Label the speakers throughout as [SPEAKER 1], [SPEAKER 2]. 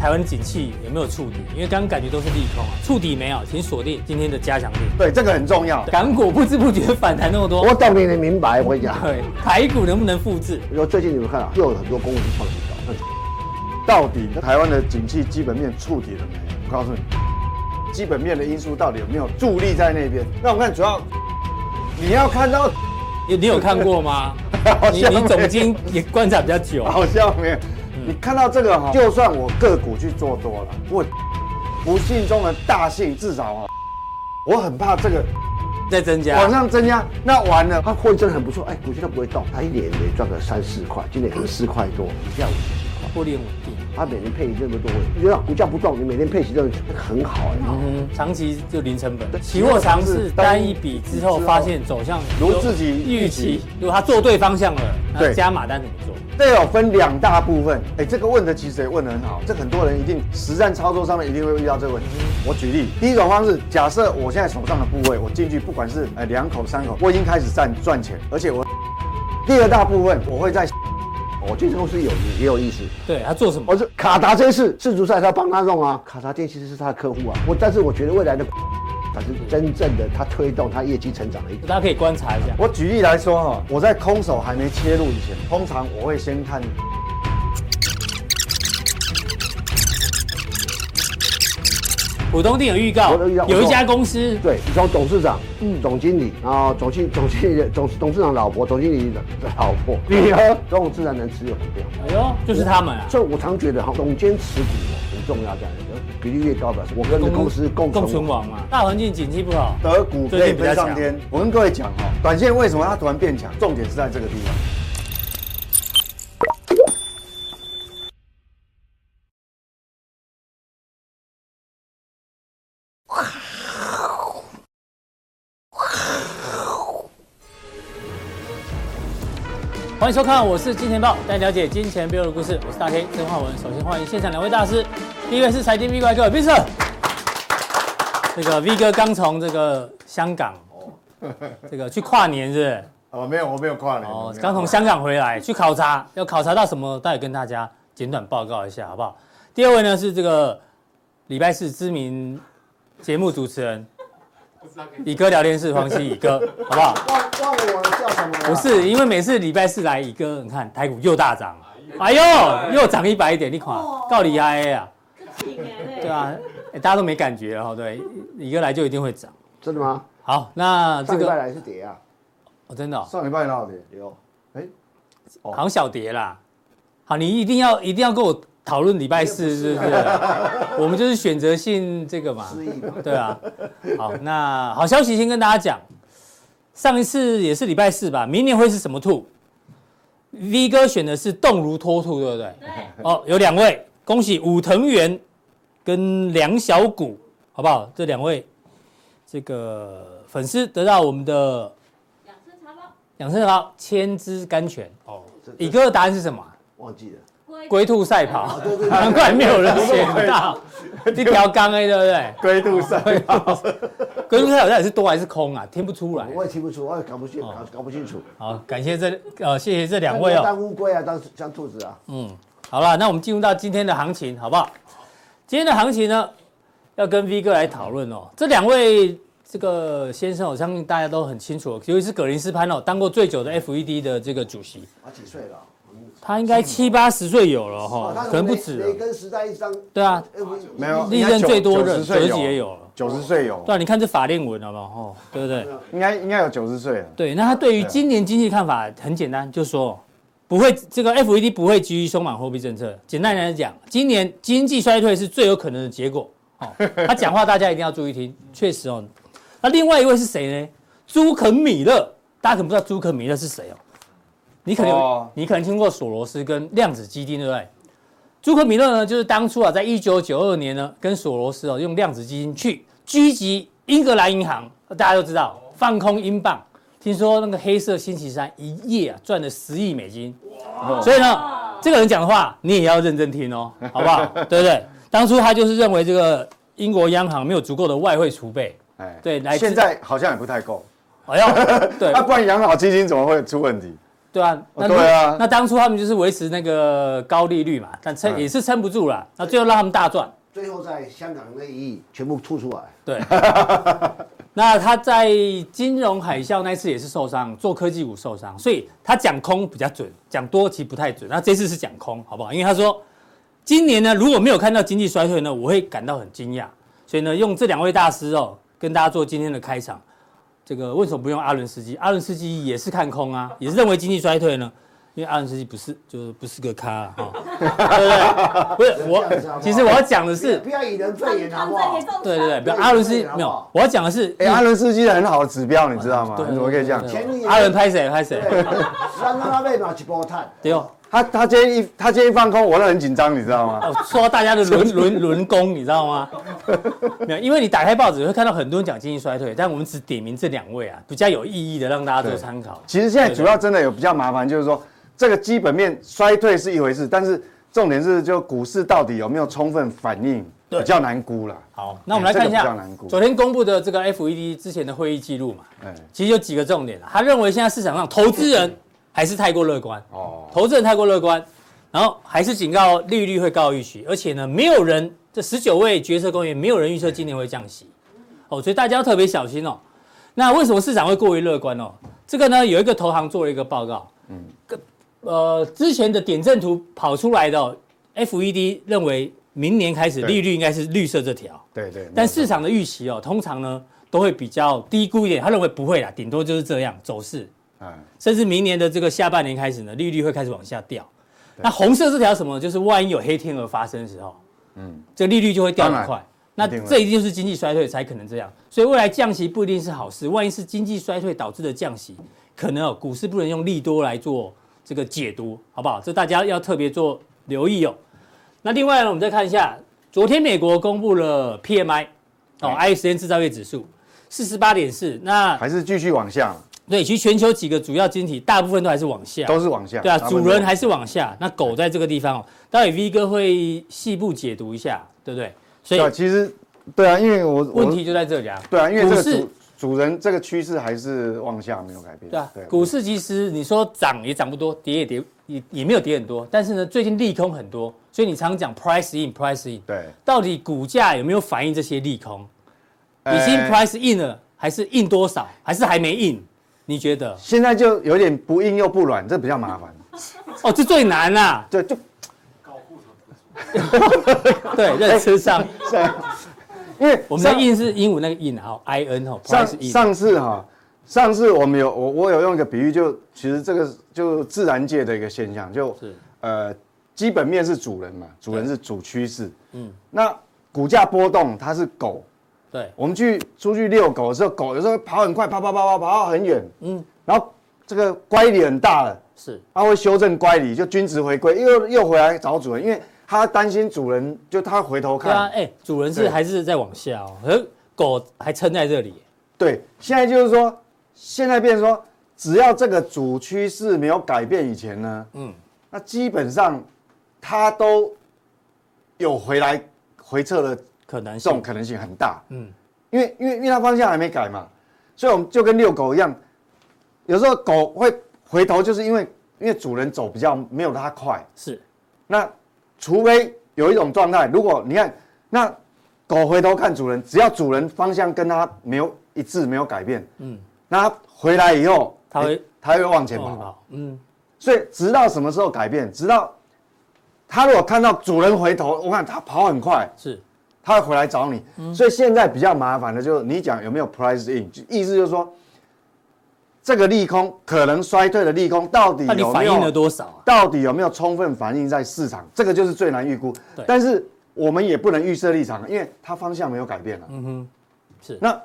[SPEAKER 1] 台湾景气有没有触底？因为刚刚感觉都是利空啊，触底没有，请锁定今天的加强点。
[SPEAKER 2] 对，这个很重要。
[SPEAKER 1] 港股不知不觉反弹那么多，
[SPEAKER 2] 我等你，你明白。我跟你讲，
[SPEAKER 1] 对，台股能不能复制？
[SPEAKER 2] 我说最近你们看啊，又有很多公司创新高。那到底台湾的景气基本面触底了没有？我告诉你，基本面的因素到底有没有助力在那边？那我看主要你要看到
[SPEAKER 1] 你你有看过吗
[SPEAKER 2] 好？
[SPEAKER 1] 你
[SPEAKER 2] 像
[SPEAKER 1] 你
[SPEAKER 2] 没
[SPEAKER 1] 总经也观察比较久，
[SPEAKER 2] 好像没有，你看到这个哈，就算我个股去做多了，我不幸中的大幸，至少哈，我很怕这个
[SPEAKER 1] 在增加。
[SPEAKER 2] 往上增加，那完了。
[SPEAKER 3] 它会真的很不错，哎，股价都不会动，它一年也赚个三四块，今年可能四块多，股价五十几块，
[SPEAKER 1] 获利很稳定，
[SPEAKER 3] 它每年配息这么多，你知道股价不动，你每年配息这样很好哎。
[SPEAKER 1] 嗯，长期就零成本。
[SPEAKER 2] 对
[SPEAKER 1] 期货尝试单一笔之后，发现走向
[SPEAKER 2] 如自己
[SPEAKER 1] 预
[SPEAKER 2] 预
[SPEAKER 1] 期
[SPEAKER 2] 期，
[SPEAKER 1] 如果他做对方向了，那
[SPEAKER 2] 对
[SPEAKER 1] 加码单怎么做？
[SPEAKER 2] 这有分两大部分，哎，这个问的其实也问得很好，这很多人一定实战操作上面一定会遇到这个问题。我举例，第一种方式，假设我现在手上的部位，我进去不管是哎两口三口，我已经开始赚赚钱，而且我 第二大部分我会在
[SPEAKER 3] 我哦这公司有也有意思，
[SPEAKER 1] 对他做什么？
[SPEAKER 3] 我是卡达这次世足赛他帮他弄啊，卡达电其实是他的客户啊，我但是我觉得未来的才是真正的他推动他业绩成长的一个。
[SPEAKER 1] 大家可以观察一下。
[SPEAKER 2] 我举例来说哈，我在空手还没切入以前，通常我会先看。
[SPEAKER 1] 普通店有预告
[SPEAKER 3] 我都遇到，
[SPEAKER 1] 有一家公司
[SPEAKER 3] 对，从董事长、
[SPEAKER 1] 嗯
[SPEAKER 3] 总经理，然后总经总经理、总董事长老婆、总经理的老婆、女儿，这种自然能持有股票。
[SPEAKER 1] 哎呦，就是他们啊！
[SPEAKER 3] 所以我常觉得哈，总监持股哦很重要，这样比例越高表示我跟公司共
[SPEAKER 1] 共
[SPEAKER 3] 存
[SPEAKER 1] 存亡啊嘛，大环境景气不好，
[SPEAKER 2] 德股可
[SPEAKER 1] 最
[SPEAKER 2] 以
[SPEAKER 1] 近比较
[SPEAKER 2] 飞上
[SPEAKER 1] 强
[SPEAKER 2] 天。我跟各位讲哦，短线为什么它突然变强？重点是在这个地方。
[SPEAKER 1] 欢迎收看，我是金钱豹，带你了解金钱背后的故事。我是大 K 曾焕文。首先欢迎现场两位大师，第一位是财经 V 怪哥 V 社，这个 V 哥刚从这个香港，
[SPEAKER 3] 哦
[SPEAKER 1] 这个去跨年是不是？
[SPEAKER 2] 哦，没有，我没有跨年。我
[SPEAKER 1] 哦
[SPEAKER 2] 没，有
[SPEAKER 1] 刚从香港回来去考察，要考察到什么，待会跟大家简短报告一下，好不好？第二位呢是这个礼拜四知名节目主持人，以哥聊天室黄西以 哥，好不好？
[SPEAKER 2] 忘忘了我叫什么了？
[SPEAKER 1] 不是，因为每次礼拜四来，以哥，你看台股又大涨，哎呦，又涨一百点，你看
[SPEAKER 2] 哦
[SPEAKER 1] 告你 I A 啊，对啊，哎大家都没感觉哦，对，以哥来就一定会涨。
[SPEAKER 3] 真的吗？
[SPEAKER 1] 好，那这
[SPEAKER 3] 上礼拜
[SPEAKER 1] 个
[SPEAKER 3] 来是跌啊，
[SPEAKER 1] 哦，真的哦
[SPEAKER 2] 上礼拜闹的。
[SPEAKER 3] 有
[SPEAKER 1] 好像小蝶啦，好，你一定要一定要跟我讨论礼拜四是不是？我们就是选择性这个嘛，
[SPEAKER 3] 失忆嘛？
[SPEAKER 1] 对啊。好，那好消息先跟大家讲，上一次也是礼拜四吧，明年会是什么兔？V 哥选的是动如脱兔，对不对？哦，有两位，恭喜武藤元跟梁小谷，好不好？这两位这个粉丝得到我们的养生茶包千支甘泉哦。以哥的答案是什么啊？
[SPEAKER 3] 忘记了，
[SPEAKER 1] 龟兔赛
[SPEAKER 3] 啊
[SPEAKER 1] 跑，难怪没有人选 到。一条缸 A 对不对？
[SPEAKER 2] 龟兔赛跑，
[SPEAKER 1] 龟兔赛跑到底是多还是空啊？听不出来。
[SPEAKER 3] 我也听不出，我也搞不清，搞搞不清楚。
[SPEAKER 1] 好，感谢这呃，谢谢这哦两位哦。
[SPEAKER 3] 当乌龟啊，当当兔子啊，
[SPEAKER 1] 嗯，好了，那我们进入到今天的行情，好不好？今天的行情呢，要跟 V 哥来讨论哦。这两位这个先生，我相信大家都很清楚，尤其是葛林斯潘哦，当过最久的 FED 的这个主席，
[SPEAKER 3] 我啊几岁了？
[SPEAKER 1] 他应该七八十岁有了哈、
[SPEAKER 3] 哦，
[SPEAKER 1] 可能不止了啊
[SPEAKER 3] 雷根时代一张，呃
[SPEAKER 1] 对啊，
[SPEAKER 2] 没有
[SPEAKER 1] 历任最多的
[SPEAKER 2] 90岁
[SPEAKER 1] 折戟也有了。
[SPEAKER 2] 九十岁有
[SPEAKER 1] 对，啊，你看这法令纹好不好？哦，对不
[SPEAKER 3] 啊
[SPEAKER 1] 对？
[SPEAKER 2] 应该应该有九十岁啊了。
[SPEAKER 1] 对，那他对于今年经济看法很简单，就说不会这个 FED 不会急于松绑货币政策。简单来讲，今年经济衰退是最有可能的结果。哦，他讲话大家一定要注意听，确实哦。那另外一位是谁呢？朱肯米勒，大家可能不知道朱肯米勒是谁哦。你可能有、
[SPEAKER 2] 哦
[SPEAKER 1] 你可能听过索罗斯跟量子基金，对不对？朱克米勒呢，就是当初啊，在一九九二年呢，跟索罗斯哦用量子基金去狙击英格兰银行，大家都知道放空英镑。听说那个黑色星期三一夜啊赚了十亿美金，
[SPEAKER 2] 哦
[SPEAKER 1] 所以呢，这个人讲的话你也要认真听 哦，好不好？对不对？当初他就是认为这个英国央行没有足够的外汇储备，
[SPEAKER 2] 哎
[SPEAKER 1] 对来自
[SPEAKER 2] 现在好像也不太够。 啊
[SPEAKER 1] 哎呦，对
[SPEAKER 2] 那、，不然养老基金怎么会出问题？
[SPEAKER 1] 对啊，那
[SPEAKER 2] 对啊
[SPEAKER 1] 那当初他们就是维持那个高利率嘛，但撑
[SPEAKER 2] 嗯
[SPEAKER 1] 也是撑不住啦，那最后让他们大赚。
[SPEAKER 3] 最后在香港那一役全部吐出来，
[SPEAKER 1] 对， 那他在金融海啸那次也是受伤，做科技股受伤，所以他讲空比较准，讲多其实不太准。那这次是讲空，好不好？因为他说今年呢如果没有看到经济衰退呢，我会感到很惊讶。所以呢，用这两位大师哦，跟大家做今天的开场。这个为什么不用阿伦斯基？阿伦斯基也是看空啊，也是认为经济衰退呢。因为阿伦斯基不是就是不是个咖啊，哈 对不对？不是
[SPEAKER 3] 这样子
[SPEAKER 1] 我，
[SPEAKER 3] 好不好
[SPEAKER 1] 其实我要讲的是
[SPEAKER 3] 不，要以人废言好不
[SPEAKER 4] 抗战
[SPEAKER 3] 好
[SPEAKER 4] 也？重
[SPEAKER 1] 对对对，
[SPEAKER 4] 伤
[SPEAKER 1] 不要阿伦斯基
[SPEAKER 3] 对
[SPEAKER 1] 没
[SPEAKER 3] 好不
[SPEAKER 1] 有
[SPEAKER 3] 好，
[SPEAKER 1] 我要讲的是，
[SPEAKER 2] 哎，阿伦斯基是很好的指标，你知道吗？
[SPEAKER 1] 对
[SPEAKER 2] 你怎么可以这样
[SPEAKER 1] 对？对
[SPEAKER 3] 前
[SPEAKER 1] 阿伦
[SPEAKER 3] 年
[SPEAKER 1] 拍谁拍谁，
[SPEAKER 3] 让他被马一波探，
[SPEAKER 1] 对哦。
[SPEAKER 2] 他他今天一他今天一放空，我都很紧张，你知道吗？
[SPEAKER 1] 哦，说到大家的轮轮轮工，你知道吗？没有，因为你打开报纸会看到很多人讲经济衰退，但我们只点名这两位啊，比较有意义的让大家做
[SPEAKER 2] 对
[SPEAKER 1] 参考。
[SPEAKER 2] 其实现在主要真的有比较麻烦，就是说这个基本面衰退是一回事，但是重点是就股市到底有没有充分反应，
[SPEAKER 1] 对
[SPEAKER 2] 比较难估啦。
[SPEAKER 1] 好，哦那我们来看一
[SPEAKER 2] 哎这个
[SPEAKER 1] 下
[SPEAKER 2] 比较难估
[SPEAKER 1] 昨天公布的这个 FED 之前的会议记录嘛，
[SPEAKER 2] 哎，
[SPEAKER 1] 其实有几个重点啊。他认为现在市场上投资人还是太过乐观，
[SPEAKER 2] 哦，
[SPEAKER 1] 投资人太过乐观，然后还是警告利率会高于预期，而且呢，没有人这十九位决策官员没有人预测今年会降息，哦，所以大家要特别小心哦。那为什么市场会过于乐观哦？这个呢，有一个投行做了一个报告，嗯，呃，之前的点阵图跑出来的、哦、FED 认为明年开始
[SPEAKER 2] 对
[SPEAKER 1] 利率应该是绿色这条，
[SPEAKER 2] 对对，
[SPEAKER 1] 但市场的预期哦，通常呢都会比较低估一点，他认为不会啦，顶多就是这样走势。
[SPEAKER 2] 啊，
[SPEAKER 1] 甚至明年的这个下半年开始呢，利率会开始往下掉。那红色这条什么？就是万一有黑天鹅发生的时候，嗯，这个利率就会掉
[SPEAKER 2] 当
[SPEAKER 1] 很
[SPEAKER 2] 然
[SPEAKER 1] 快。那
[SPEAKER 2] 一定会
[SPEAKER 1] 这一定是经济衰退才可能这样，所以未来降息不一定是好事。万一是经济衰退导致的降息，可能哦，股市不能用利多来做这个解读，好不好？这大家要特别做留意哦。那另外呢，我们再看一下，昨天美国公布了 PMI 哦，ISM 制造业指数四十八点四，那
[SPEAKER 2] 还是继续往下，
[SPEAKER 1] 对，其实全球几个主要经济体大部分都还是往下，
[SPEAKER 2] 都是往下。
[SPEAKER 1] 对啊，
[SPEAKER 2] 大部分
[SPEAKER 1] 主
[SPEAKER 2] 都
[SPEAKER 1] 人还是往下。那狗在这个地方哦，待会 V 哥会细部解读一下，对不对？所
[SPEAKER 2] 对啊，
[SPEAKER 1] 以
[SPEAKER 2] 其实对啊，因为我
[SPEAKER 1] 问
[SPEAKER 2] 我
[SPEAKER 1] 题就在这里啊。
[SPEAKER 2] 对啊，因为这
[SPEAKER 1] 股
[SPEAKER 2] 个
[SPEAKER 1] 市
[SPEAKER 2] 主主人这个趋势还是往下没有改变。
[SPEAKER 1] 对啊，股
[SPEAKER 2] 市
[SPEAKER 1] 市其实你说涨也涨不多，跌也跌也也没有跌很多，但是呢，最近利空很多，所以你常讲 price in price in，
[SPEAKER 2] 对
[SPEAKER 1] 到底股价有没有反映这些利空？已经
[SPEAKER 2] 呃
[SPEAKER 1] price in 了，还是 in 多少，还是还没 in？你觉得？
[SPEAKER 2] 现在就有点不硬又不软，这比较麻烦。
[SPEAKER 1] 哦，这最难啦、啊。
[SPEAKER 2] 对，就
[SPEAKER 1] 对，
[SPEAKER 2] 哎
[SPEAKER 1] 认知 上。
[SPEAKER 2] 因为
[SPEAKER 1] 我们
[SPEAKER 2] 上
[SPEAKER 1] 的印是鹦鹉那个印，好，I N 哦
[SPEAKER 2] 上
[SPEAKER 1] ，price in。
[SPEAKER 2] 上次哈、上次我们有我我有用一个比喻就，其实这个就自然界的一个现象，就是呃基本面是主人嘛，主人是主趋势，嗯，那股价波动它是狗，
[SPEAKER 1] 对
[SPEAKER 2] 我们去出去遛狗的时候，狗有时候跑很快，跑跑跑跑跑到很远，嗯，然后这个乖离很大了，
[SPEAKER 1] 是，
[SPEAKER 2] 它会修正乖离，就均值回归，又又回来找主人，因为它担心主人就它回头
[SPEAKER 1] 对啊
[SPEAKER 2] 看，，
[SPEAKER 1] 哎，主人是
[SPEAKER 2] 对
[SPEAKER 1] 还是在往下哦，而狗还撑在这里，
[SPEAKER 2] 对，现在就是说，现在变成说，只要这个主趋势没有改变以前呢，嗯，那基本上它都有回来回撤的
[SPEAKER 1] 可能
[SPEAKER 2] 这种
[SPEAKER 1] 性
[SPEAKER 2] 可能性很大，嗯，因为因为因为它方向还没改嘛，所以我们就跟遛狗一样，有时候狗会回头，就是因为因为主人走比较没有它快，
[SPEAKER 1] 是
[SPEAKER 2] 那除非有一种状态，如果你看那狗回头看主人，只要主人方向跟它没有一致，没有改变，嗯，那它回来以后，
[SPEAKER 1] 它会
[SPEAKER 2] 诶它会往前
[SPEAKER 1] 往
[SPEAKER 2] 跑，
[SPEAKER 1] 好，嗯，
[SPEAKER 2] 所以直到什么时候改变？直到它如果看到主人回头，我看它跑很快，
[SPEAKER 1] 是
[SPEAKER 2] 它会回来找你。
[SPEAKER 1] 嗯
[SPEAKER 2] 所以现在比较麻烦的就是你讲有没有 price in，就意思就是说这个利空可能衰退的利空到底
[SPEAKER 1] 那你
[SPEAKER 2] 有没
[SPEAKER 1] 反
[SPEAKER 2] 有
[SPEAKER 1] 应了多少啊？
[SPEAKER 2] 到底有没有充分反映在市场，这个就是最难预估
[SPEAKER 1] 对。
[SPEAKER 2] 但是我们也不能预设立场，因为它方向没有改变了。嗯哼，
[SPEAKER 1] 是
[SPEAKER 2] 那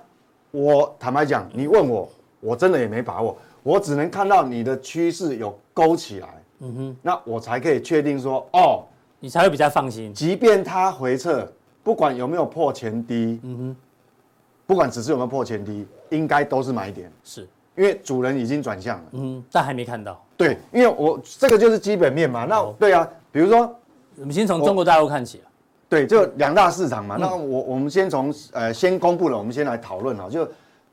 [SPEAKER 2] 我坦白讲，你问我，我真的也没把握，我只能看到你的趋势有勾起来。嗯哼，那我才可以确定说，哦，
[SPEAKER 1] 你才会比较放心，
[SPEAKER 2] 即便它回撤，不管有没有破前低，嗯哼，不管只是有没有破前低，应该都是买点，
[SPEAKER 1] 是，
[SPEAKER 2] 因为主人已经转向了。
[SPEAKER 1] 嗯，但还没看到。
[SPEAKER 2] 对，因为我这个就是基本面嘛。那对啊，比如说
[SPEAKER 1] 我们先从中国大陆看起啊，嗯
[SPEAKER 2] 对，就两大市场嘛。那我我们先从呃先公布了，我们先来讨论哈。就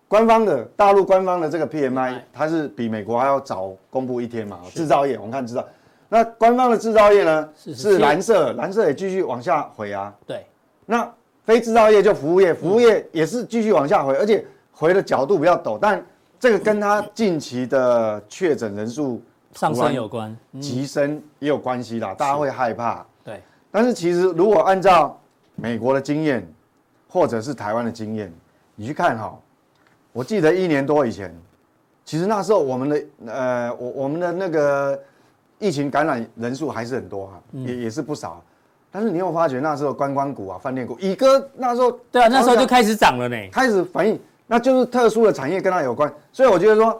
[SPEAKER 2] 官方的大陆官方的这个 PMI，它是比美国还要早公布一天嘛，制造业我们看制造，那官方的制造业呢
[SPEAKER 1] 是是
[SPEAKER 2] 是蓝色，蓝色也继续往下回啊，
[SPEAKER 1] 对，
[SPEAKER 2] 那非制造业就服务
[SPEAKER 1] 嗯
[SPEAKER 2] 业，服务业也是继续往下回，而且回的角度比较陡，但这个跟它近期的确诊人数
[SPEAKER 1] 上
[SPEAKER 2] 突
[SPEAKER 1] 升
[SPEAKER 2] 然
[SPEAKER 1] 有关，嗯
[SPEAKER 2] 急升也有关系啦，大家会害怕。
[SPEAKER 1] 对，
[SPEAKER 2] 但是其实如果按照美国的经验，或者是台湾的经验，你去看哈，我记得一年多以前，其实那时候我们的呃，我我们的那个疫情感染人数还是很多啊，也也是不少。但是你有没有发觉那时候观光股啊、饭店股，乙哥那时候
[SPEAKER 1] 对啊，那时候就
[SPEAKER 2] 开
[SPEAKER 1] 开始涨了呢，
[SPEAKER 2] 开始反应，那就是特殊的产业跟它有关。所以我觉得说，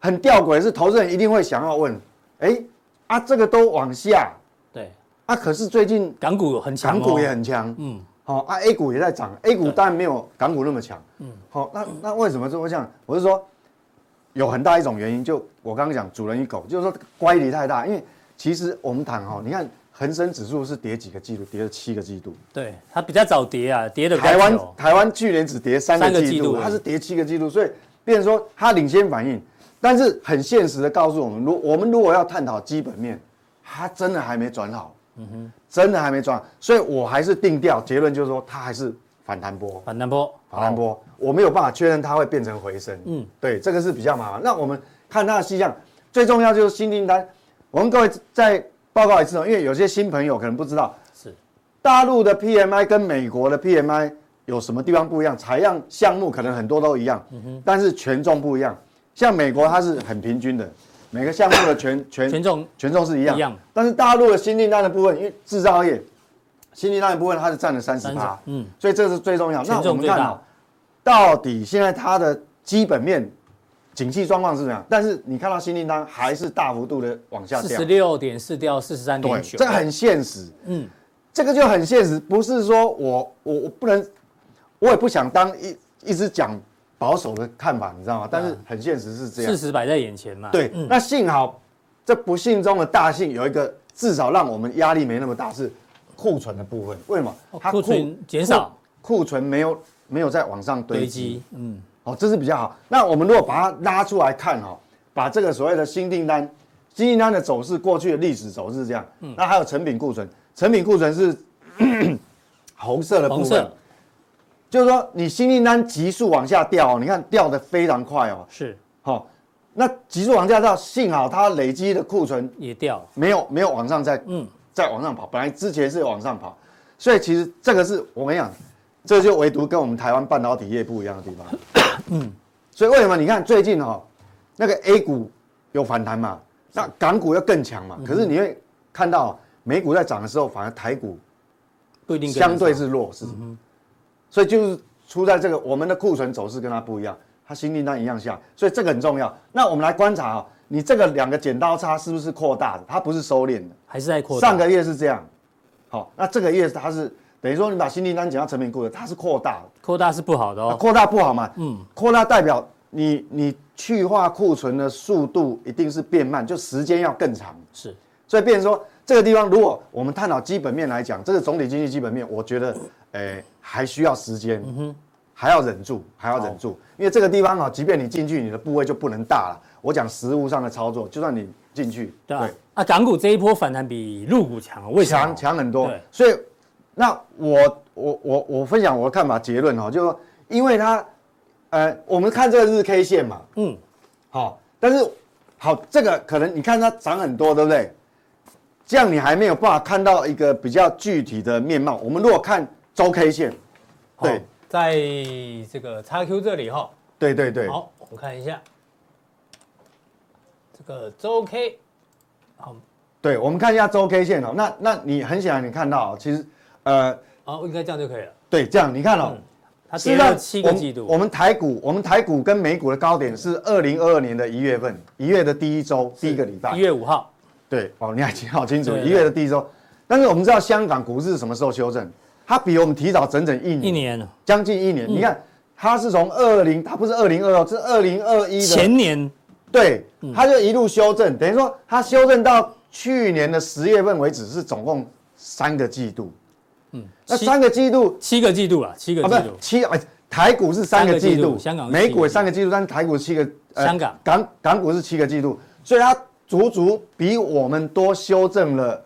[SPEAKER 2] 很吊诡的是，投资人一定会想要问，哎、啊，这个都往下
[SPEAKER 1] 对，
[SPEAKER 2] 啊，可是最近
[SPEAKER 1] 港股很强、
[SPEAKER 2] 港
[SPEAKER 1] 哦，
[SPEAKER 2] 股也很强，
[SPEAKER 1] 嗯，
[SPEAKER 2] 好、啊，A 股也在涨，A 股当然没有港股那么强，嗯，好、那那为什么这么像？我是说，有很大一种原因，就我刚刚讲主人与狗，就是说乖离太大，因为其实我们谈哈、哦，你看恒生指数是跌几个季度，跌了七个季度，
[SPEAKER 1] 对，它比较早跌啊，跌的
[SPEAKER 2] 台湾台湾去年只跌三个
[SPEAKER 1] 三个
[SPEAKER 2] 季
[SPEAKER 1] 季
[SPEAKER 2] 度，
[SPEAKER 1] 度
[SPEAKER 2] 它是跌七个季度，所以变成说它领先反应，但是很现实的告诉我们，如我们如果要探讨基本面，它真的还没转好，嗯哼，真的还没转好，所以我还是定调结论就是说它还是反弹波，
[SPEAKER 1] 反弹波，
[SPEAKER 2] 反弹波，我没有办法确认它会变成回升。嗯
[SPEAKER 1] 嗯，
[SPEAKER 2] 对，这个是比较麻烦。那我们看它的细项，最重要就是新订单。我们各位再报告一次哦，因为有些新朋友可能不知道，
[SPEAKER 1] 是
[SPEAKER 2] 大陆的 PMI 跟美国的 PMI 有什么地方不一样？采样项目可能很多都一样，
[SPEAKER 1] 嗯
[SPEAKER 2] 但是权重不一样。像美国它是很平均的，每个项目 的权权
[SPEAKER 1] 权重
[SPEAKER 2] 权重是一样，
[SPEAKER 1] 一样
[SPEAKER 2] 但是大陆的新订单的部分，因为制造业新订单的部分它是占了三十
[SPEAKER 1] 三
[SPEAKER 2] 趴
[SPEAKER 1] 涨，，嗯，
[SPEAKER 2] 所以这是最重要。那
[SPEAKER 1] 权
[SPEAKER 2] 我
[SPEAKER 1] 重
[SPEAKER 2] 们
[SPEAKER 1] 最
[SPEAKER 2] 看哦
[SPEAKER 1] 大，，
[SPEAKER 2] 到底现在它的基本面、景气状况是怎么样？但是你看到新订单还是大幅度的往下
[SPEAKER 1] 四
[SPEAKER 2] 掉
[SPEAKER 1] 十，六点四掉四十三
[SPEAKER 2] 对
[SPEAKER 1] 点，九，
[SPEAKER 2] 这很现实。
[SPEAKER 1] 嗯，
[SPEAKER 2] 这个就很现实，不是说我我我不能，我也不想当一一直讲保守的看法，你知道吗？但是很现实是这样
[SPEAKER 1] 啊事。实嗯摆在眼前嘛，
[SPEAKER 2] 对，那幸好这不幸中的大幸，有一个至少让我们压力没那么大，是库存的部分。为什么？
[SPEAKER 1] 哦库存减少，
[SPEAKER 2] 库库存没有没有再往上堆
[SPEAKER 1] 堆
[SPEAKER 2] 积
[SPEAKER 1] 积，，嗯，
[SPEAKER 2] 哦，这是比较好。那我们如果把它拉出来看哦，把这个所谓的新订单、新订单的走势，过去的历史走势这样。
[SPEAKER 1] 嗯
[SPEAKER 2] 那还有成品库存，成品库存是 红色的部
[SPEAKER 1] 红
[SPEAKER 2] 分
[SPEAKER 1] 色，
[SPEAKER 2] 就是说你新订单急速往下掉、哦，你看掉的非常快哦。
[SPEAKER 1] 是
[SPEAKER 2] 好、那急速往下掉，幸好它累积的库存
[SPEAKER 1] 也掉了，
[SPEAKER 2] 没有没有往上再嗯
[SPEAKER 1] 嗯
[SPEAKER 2] 再往上跑，本来之前是有往上跑，所以其实这个是我跟你讲，这就唯独跟我们台湾半导体业不一样的地方。嗯，所以为什么你看最近哈、哦，那个 A 股有反弹嘛，那港股要更强
[SPEAKER 1] 嗯
[SPEAKER 2] 嘛，可是你会看到、哦、美股在涨的时候，反而台股
[SPEAKER 1] 不一定跟嗯得上
[SPEAKER 2] 相对是弱势，所以就是出在这个我们的库存走势跟它不一样，它新订单一样下，所以这个很重要。那我们来观察啊、你这个两个剪刀差是不是扩大的？它不是收敛的。
[SPEAKER 1] 还是在扩大
[SPEAKER 2] 上个月是这样，好，那这个月它是等于说你把新订单减到成品库的，它是扩大的，
[SPEAKER 1] 扩大是不好的
[SPEAKER 2] 啊
[SPEAKER 1] 哦，
[SPEAKER 2] 扩大不好嘛？嗯
[SPEAKER 1] 嗯，
[SPEAKER 2] 扩大代表你你去化库存的速度一定是变慢，就时间要更长。
[SPEAKER 1] 是
[SPEAKER 2] 所以变成说这个地方，如果我们探讨基本面来讲，这个总体经济基本面，我觉得，诶、还需要时间，
[SPEAKER 1] 嗯
[SPEAKER 2] 还要忍住，还要忍住，因为这个地方啊，即便你进去，你的部位就不能大了。我讲实物上的操作，就算你进去，
[SPEAKER 1] 对吧？啊，港股这一波反弹比陆股强，啊为什
[SPEAKER 2] 强
[SPEAKER 1] 么？
[SPEAKER 2] 强很多
[SPEAKER 1] 对。
[SPEAKER 2] 所以，那我我我我分享我的看法结论哦，就是说，因为它，呃，我们看这个日 K 线嘛，
[SPEAKER 1] 嗯，
[SPEAKER 2] 好、但是好，这个可能你看它涨很多，对不对？这样你还没有办法看到一个比较具体的面貌。我们如果看周 K 线，
[SPEAKER 1] 好
[SPEAKER 2] 对，
[SPEAKER 1] 在这个 XQ 这里哈，
[SPEAKER 2] 对对对，
[SPEAKER 1] 好，我们看一下这个周 K，好，
[SPEAKER 2] 对，我们看一下周 K 线哦。那那你很显然你看到哦，其实呃，
[SPEAKER 1] 好，应该这样就可以了。
[SPEAKER 2] 对，这样你看
[SPEAKER 1] 嗯
[SPEAKER 2] 哦，
[SPEAKER 1] 它
[SPEAKER 2] 事实
[SPEAKER 1] 跌
[SPEAKER 2] 上
[SPEAKER 1] 了啊七个季
[SPEAKER 2] 我
[SPEAKER 1] 度
[SPEAKER 2] 们，我们台股，我们台股跟美股的高点是二零二二年的一月份，一月的第一周，第一个礼拜
[SPEAKER 1] 一，月五号，
[SPEAKER 2] 对，哦，你还记得好清楚，
[SPEAKER 1] 对
[SPEAKER 2] 一
[SPEAKER 1] 对
[SPEAKER 2] 月的第一周。但是我们知道香港股市是什么时候修正？它比我们提早整整一年，
[SPEAKER 1] 一年哦嗯
[SPEAKER 2] 将近一年。你看，它是从二零，它不是二零二哦，是二零二一的，
[SPEAKER 1] 前嗯年
[SPEAKER 2] 对，它就一路修正，等于说它修正到去年的十月份为止，是总共三个季度。那
[SPEAKER 1] 七
[SPEAKER 2] 三个季度
[SPEAKER 1] 嗯七个季度了，七个
[SPEAKER 2] 啊，不
[SPEAKER 1] 季
[SPEAKER 2] 是
[SPEAKER 1] 度，
[SPEAKER 2] 七，哎，台股是三个
[SPEAKER 1] 三
[SPEAKER 2] 季度，
[SPEAKER 1] 个季度香港是
[SPEAKER 2] 美股也三个季度，但是台股是七个，呃
[SPEAKER 1] 香港
[SPEAKER 2] 港港股是七个季度，所以它足足比我们多修正了，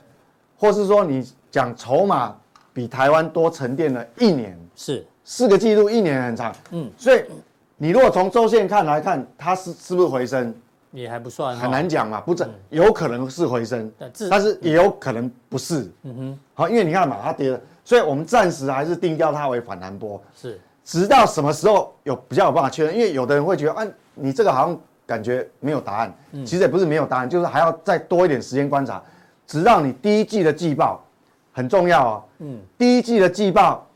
[SPEAKER 2] 或是说你讲筹码比台湾多沉淀了一年，
[SPEAKER 1] 是
[SPEAKER 2] 四个季度一年很长，嗯，所以你如果从周线看来看，它是是不是回升？
[SPEAKER 1] 也还不算哦，
[SPEAKER 2] 很难讲嘛，不准，有可能是回升
[SPEAKER 1] 但至，嗯
[SPEAKER 2] 但是也有可能不是。嗯哼，好，因为你看嘛，它跌了，所以我们暂时还是定调它为反弹波，
[SPEAKER 1] 是
[SPEAKER 2] 直到什么时候有比较有办法确认？因为有的人会觉得，啊，你这个好像感觉没有答案，其实也不是没有答案，就是还要再多一点时间观察，直到你第一季的季报很重要哦。嗯，第一季的季报，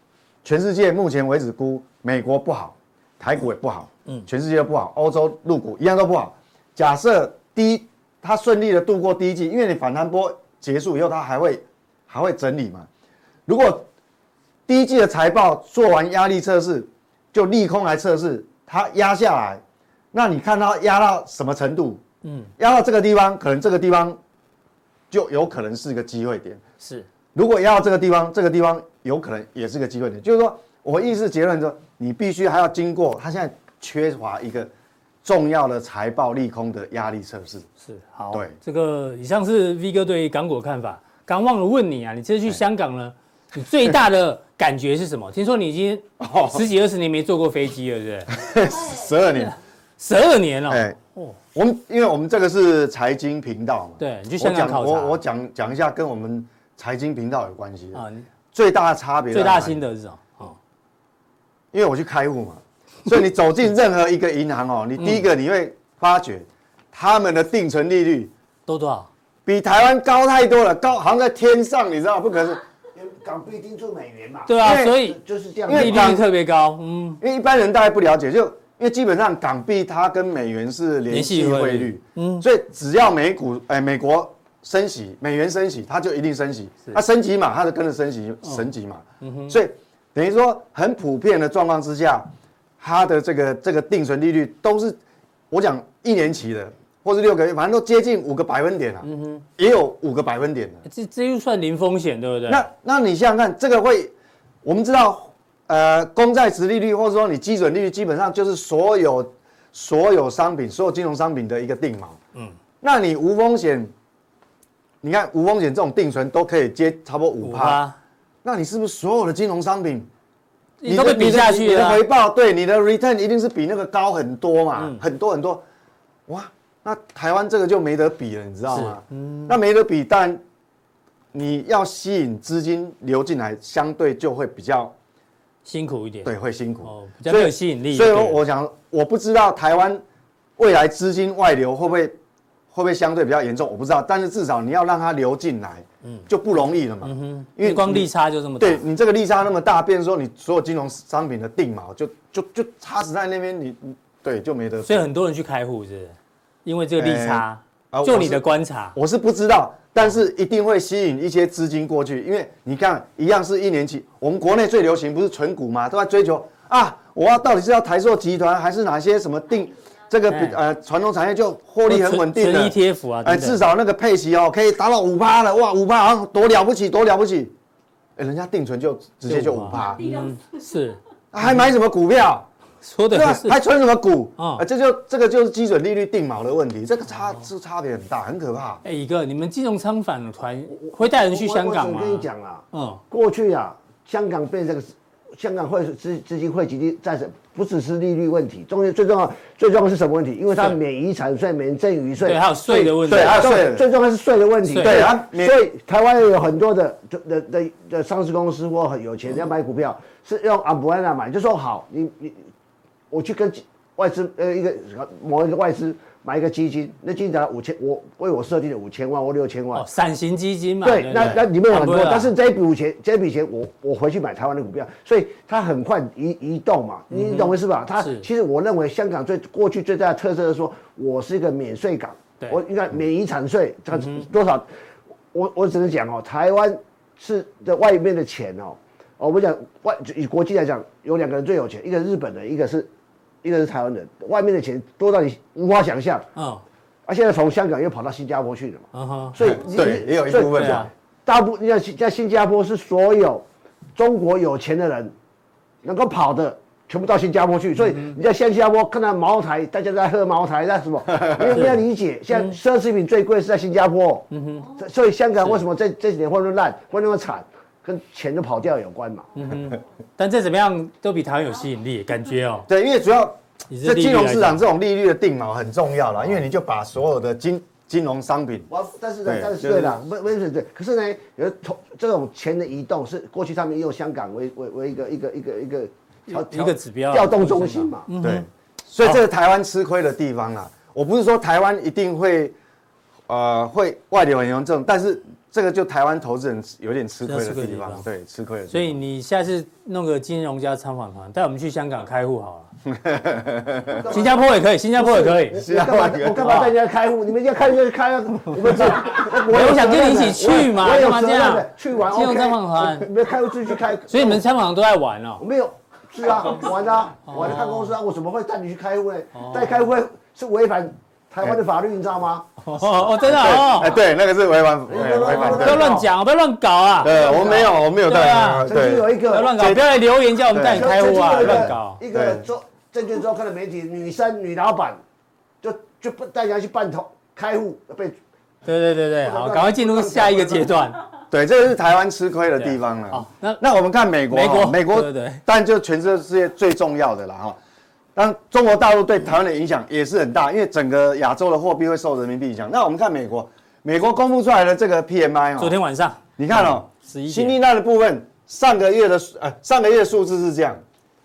[SPEAKER 2] 全世界目前为止估美国不好，台股也不好，嗯，全世界都不好，欧洲陆股一样都不好。假设第一它顺利的度过第一季，因为你反弹波结束以后，它还会还会整理嘛。如果第一季的财报做完压力测试，就利空来测试，它压下来，那你看它压到什么程度？嗯，压到这个地方，可能这个地方就有可能是个机会点。
[SPEAKER 1] 是
[SPEAKER 2] 如果压到这个地方，这个地方有可能也是个机会点。就是说，我意思结论说，你必须还要经过它现在缺乏一个重要的财报利空的压力测试。
[SPEAKER 1] 是好。
[SPEAKER 2] 对
[SPEAKER 1] 这个以上是 V 哥对港股的看法。刚忘了问你啊，你这次
[SPEAKER 2] 哎
[SPEAKER 1] 去香港呢，你最大的感觉是什 么？听说你已经
[SPEAKER 2] 哦
[SPEAKER 1] 十几二十年没坐过飞机了，是不是？
[SPEAKER 2] 十二年，
[SPEAKER 1] 十二年了、
[SPEAKER 2] 哎、
[SPEAKER 1] 哦，
[SPEAKER 2] 我们因为我们这个是财经频道嘛，
[SPEAKER 1] 对你去
[SPEAKER 2] 我
[SPEAKER 1] 香港
[SPEAKER 2] 讲
[SPEAKER 1] 考察
[SPEAKER 2] 我我讲讲一下跟我们财经频道有关系的、
[SPEAKER 1] 啊，你
[SPEAKER 2] 最大的差别，
[SPEAKER 1] 最大心，得是什么？哦，
[SPEAKER 2] 因为我去开户嘛，所以你走进 任何一个银行
[SPEAKER 1] 嗯
[SPEAKER 2] 哦，你第一个你会发觉他们的定存利率
[SPEAKER 1] 都多少？
[SPEAKER 2] 比台湾高太多了，高好像在天上，你知道不可能是，
[SPEAKER 3] 港币盯住美元嘛，
[SPEAKER 1] 对啊，
[SPEAKER 2] 因为
[SPEAKER 1] 所
[SPEAKER 3] 就
[SPEAKER 1] 以
[SPEAKER 3] 就是这样
[SPEAKER 2] 因为
[SPEAKER 1] 利
[SPEAKER 3] 子。
[SPEAKER 1] 率特别高，嗯，
[SPEAKER 2] 因为一般人大概不了解，就因为基本上港币它跟美元是联系
[SPEAKER 1] 联系
[SPEAKER 2] 汇
[SPEAKER 1] 汇
[SPEAKER 2] 率
[SPEAKER 1] 率，嗯
[SPEAKER 2] 所以只要美股哎美国升息，美元升息，它就一定升息，它升级嘛，它就跟着升息升级嘛，
[SPEAKER 1] 嗯
[SPEAKER 2] 所以等于说很普遍的状况之下，它的这个这个定存利率都是我讲一年期的，或是六个月，反正都接近五个百分点啊，
[SPEAKER 1] 嗯
[SPEAKER 2] 也有五个百分点的。啊
[SPEAKER 1] 这这又算零风险，对不对？
[SPEAKER 2] 那那你想想看，这个会，我们知道，呃，公债值利率或者说你基准利率，基本上就是所有所有商品、所有金融商品的一个定锚。嗯，那你无风险，你看无风险这种定存都可以接差不多五
[SPEAKER 1] 五
[SPEAKER 2] 趴，
[SPEAKER 1] 趴，
[SPEAKER 2] 那你是不是所有的金融商品，
[SPEAKER 1] 你都被比下去
[SPEAKER 2] 你的
[SPEAKER 1] 了啊
[SPEAKER 2] 回，报对你的 return 一定是比那个高很多嘛，
[SPEAKER 1] 嗯
[SPEAKER 2] 很多很多。哇，那台湾这个就没得比了，你知道吗？那没得比，但你要吸引资金流进来，相对就会比较
[SPEAKER 1] 辛苦一点。
[SPEAKER 2] 对，会辛苦，
[SPEAKER 1] 哦，比较没有吸引力。
[SPEAKER 2] 所以
[SPEAKER 1] 对
[SPEAKER 2] 我我想，我不知道台湾未来资金外流会不会会不会相对比较严重，我不知道。但是至少你要让它流进来，就不容易了嘛。
[SPEAKER 1] 嗯因为光利差就这么大。
[SPEAKER 2] 对你这个利差那么大，变成说你所有金融商品的定锚就就就插死在那边，你你对就没得。
[SPEAKER 1] 所以很多人去开户是不是，因为这个利差
[SPEAKER 2] 哎啊。
[SPEAKER 1] 就
[SPEAKER 2] 我
[SPEAKER 1] 你
[SPEAKER 2] 是
[SPEAKER 1] 的观察，
[SPEAKER 2] 我是不知道，但是一定会吸引一些资金过去，因为你看一样是一年期，我们国内最流行不是存股嘛，都在追求啊，我要到底是要台塑集团还是哪些什么定这个比
[SPEAKER 1] 哎
[SPEAKER 2] 呃传统产业就获利很稳定
[SPEAKER 1] 存存
[SPEAKER 2] 的。
[SPEAKER 1] ETF 啊，
[SPEAKER 2] 哎，
[SPEAKER 1] 等等
[SPEAKER 2] 至少那个配息哦，可以达到五趴了，哇，五趴好像多了不起，多了不起。哎，人家定存就直接就
[SPEAKER 1] 就
[SPEAKER 2] 五
[SPEAKER 1] 5%
[SPEAKER 2] 趴，
[SPEAKER 1] 嗯是
[SPEAKER 2] 还买什么股票？
[SPEAKER 1] 说的
[SPEAKER 2] 对
[SPEAKER 1] 也
[SPEAKER 2] 啊
[SPEAKER 1] 是，
[SPEAKER 2] 还存什么股？
[SPEAKER 1] 嗯
[SPEAKER 2] 啊，这就这个就是基准利率定锚的问题，这个差是差别很大，很可怕。
[SPEAKER 1] 哎，一个你们金融商反的团会带人去香港
[SPEAKER 3] 我
[SPEAKER 1] 吗？
[SPEAKER 3] 我我跟你，讲啦，
[SPEAKER 1] 嗯，
[SPEAKER 3] 过去啊，香港被这个香港汇资资金汇集地战是不只是利率问题，中间最重要最重要是什么问题？因为它
[SPEAKER 1] 税
[SPEAKER 3] 免遗产税、免赠与税，
[SPEAKER 1] 对，还有税的问题
[SPEAKER 2] 对，，还有税的
[SPEAKER 3] 最最重要是税的问题。
[SPEAKER 1] 税
[SPEAKER 2] 对
[SPEAKER 3] 啊，
[SPEAKER 2] 免
[SPEAKER 3] 所以台湾有很多的就的的的上市公司或很有钱人要买股票，是用 umbrella 买，就说好，你你我去跟外资呃一个某一个外资买一个基金，那基金涨五千，我为我设定的五千万或六千万
[SPEAKER 1] 哦，。伞形基金嘛，
[SPEAKER 3] 对，
[SPEAKER 1] 不
[SPEAKER 3] 那那里面有很多，啊
[SPEAKER 1] Umbrella
[SPEAKER 3] 但是这一笔钱，这一笔钱我我回去买台湾的股票，所以它很快移移动嘛，你你懂我意思吧？它
[SPEAKER 1] 是
[SPEAKER 3] 其实我认为香港最过去最大的特色是说，我是一个免税港
[SPEAKER 1] 对，
[SPEAKER 3] 我应该免遗产税，它多少？我我只能讲哦，台湾是的外面的钱哦，哦我们讲外以国际来讲，有两个人最有钱，一个是日本人，一个是一个是台湾人，外面的钱多到你无法想象，
[SPEAKER 1] 嗯
[SPEAKER 3] 而、现在从香港又跑到新加坡去了嘛。
[SPEAKER 1] 嗯哼，
[SPEAKER 3] 所以
[SPEAKER 2] 嗯对
[SPEAKER 3] 你
[SPEAKER 2] 也有一
[SPEAKER 3] 所以
[SPEAKER 2] 部分
[SPEAKER 1] 对啊
[SPEAKER 3] 大部在在新加坡是所有中国有钱的人能够跑的全部到新加坡去，所以
[SPEAKER 1] 嗯
[SPEAKER 3] 你在新加坡看到茅台，大家都在喝茅台，那什么，没有没有理解，现
[SPEAKER 1] 嗯
[SPEAKER 3] 在奢侈品最贵是在新加坡，嗯哼，所以香港为什么这这几年会那么烂，会那么惨，跟钱都跑掉有关嘛，
[SPEAKER 1] 嗯但再怎么样都比台湾有吸引力，感觉哦。
[SPEAKER 2] 对，因为主要
[SPEAKER 1] 以
[SPEAKER 2] 这
[SPEAKER 1] 这利率
[SPEAKER 2] 金融市场
[SPEAKER 1] 来讲啊
[SPEAKER 2] 这种利率的定锚很重要啦，因为你就把所有的金金融商品
[SPEAKER 3] 我但是呢
[SPEAKER 2] 对，
[SPEAKER 3] 但是
[SPEAKER 2] 就是
[SPEAKER 3] 对了，不不是对，可是呢，有的投这种钱的移动是过去他们用香港为为为一个一个一个一个调
[SPEAKER 1] 一个指标
[SPEAKER 3] 调动中心嘛，
[SPEAKER 1] 嗯
[SPEAKER 2] 对，所以
[SPEAKER 1] 啊
[SPEAKER 2] 这是台湾吃亏的地方啦。我不是说台湾一定会，呃，会外流很严重，但是这个就台湾投资人有点吃亏的
[SPEAKER 1] 是啊吃亏
[SPEAKER 2] 地
[SPEAKER 1] 的地
[SPEAKER 2] 方，
[SPEAKER 1] 方
[SPEAKER 2] 对，吃亏的地方。
[SPEAKER 1] 所以你下次弄个金融家参访团，带我们去香港开户好了。新加坡也可以，新加坡也可以。
[SPEAKER 3] 我干嘛我干嘛带人家开户？你们要开户就开啊！我们 这，
[SPEAKER 1] 没
[SPEAKER 3] 我
[SPEAKER 1] 有我想跟你一起去嘛
[SPEAKER 3] 我也有
[SPEAKER 1] 干嘛
[SPEAKER 3] 责
[SPEAKER 1] 这
[SPEAKER 3] 任
[SPEAKER 1] 样
[SPEAKER 3] 的，去玩
[SPEAKER 1] 金融
[SPEAKER 3] OK。
[SPEAKER 1] 账户团
[SPEAKER 3] 你们开户出去开，
[SPEAKER 1] 啊所以你们哦参访都在玩哦
[SPEAKER 3] 我。没有是啊，玩啊，玩看公司啊，我怎么会带你去开户呢？带开户是违反台湾的法律，你知道吗？
[SPEAKER 1] 哦哦，真的
[SPEAKER 2] 对，哎，
[SPEAKER 1] 哦，
[SPEAKER 2] 对，那个是违反
[SPEAKER 3] 我
[SPEAKER 2] 哎违反
[SPEAKER 1] 不
[SPEAKER 3] 对
[SPEAKER 1] 要
[SPEAKER 2] 的。
[SPEAKER 1] 乱讲，不要乱搞啊，
[SPEAKER 2] 对，我没有，我没有
[SPEAKER 1] 对啊
[SPEAKER 2] 带。
[SPEAKER 3] 曾经有一
[SPEAKER 1] 不
[SPEAKER 3] 个
[SPEAKER 1] 要乱搞，不要来留言叫我们带你开户啊，
[SPEAKER 3] 曾经有一个
[SPEAKER 1] 乱搞。
[SPEAKER 3] 一个
[SPEAKER 2] 对
[SPEAKER 3] 周证券周刊的媒体女生女老板，就就不带人家去办投开户被
[SPEAKER 1] 对对对对，好，赶快进入下一个阶段。
[SPEAKER 2] 对，这个是台湾吃亏的地方了
[SPEAKER 1] 好。，那
[SPEAKER 2] 那我们看美国哈，
[SPEAKER 1] 啊哦美国
[SPEAKER 2] 美国
[SPEAKER 1] 对对对
[SPEAKER 2] 但就全世界最重要的了哈。当中国大陆对台湾的影响也是很大，因为整个亚洲的货币会受人民币影响。那我们看美国，美国公布出来的这个 PMI
[SPEAKER 1] 昨
[SPEAKER 2] 哦，
[SPEAKER 1] 天晚嗯上
[SPEAKER 2] 你看哦，
[SPEAKER 1] 11点
[SPEAKER 2] 新订单的部分，上个月的数呃上个月的数字是这样，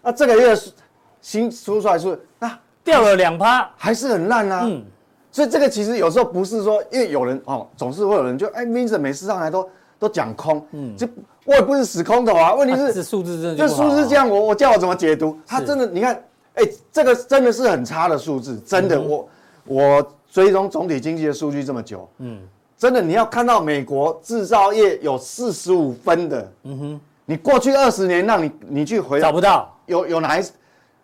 [SPEAKER 2] 那、这个月的数新出出来数啊
[SPEAKER 1] 掉了两趴，
[SPEAKER 2] 还是很烂啊。
[SPEAKER 1] 嗯，
[SPEAKER 2] 所以这个其实有时候不是说，因为有人哦，总是会有人就哎，明着每次上来都都讲空，嗯，这我也不是死空头啊，问题
[SPEAKER 1] 啊
[SPEAKER 2] 是
[SPEAKER 1] 这数字真的
[SPEAKER 2] 这
[SPEAKER 1] 就不好
[SPEAKER 2] 数字这样，我我叫我怎么解读？它
[SPEAKER 1] 是
[SPEAKER 2] 真的，你看，哎、这个真的是很差的数字，真的，我我追踪总体经济的数据这么久，嗯，真的，你要看到美国制造业有四十五分的，嗯哼，你过去二十年让你你去回
[SPEAKER 1] 找不到，
[SPEAKER 2] 有有哪一，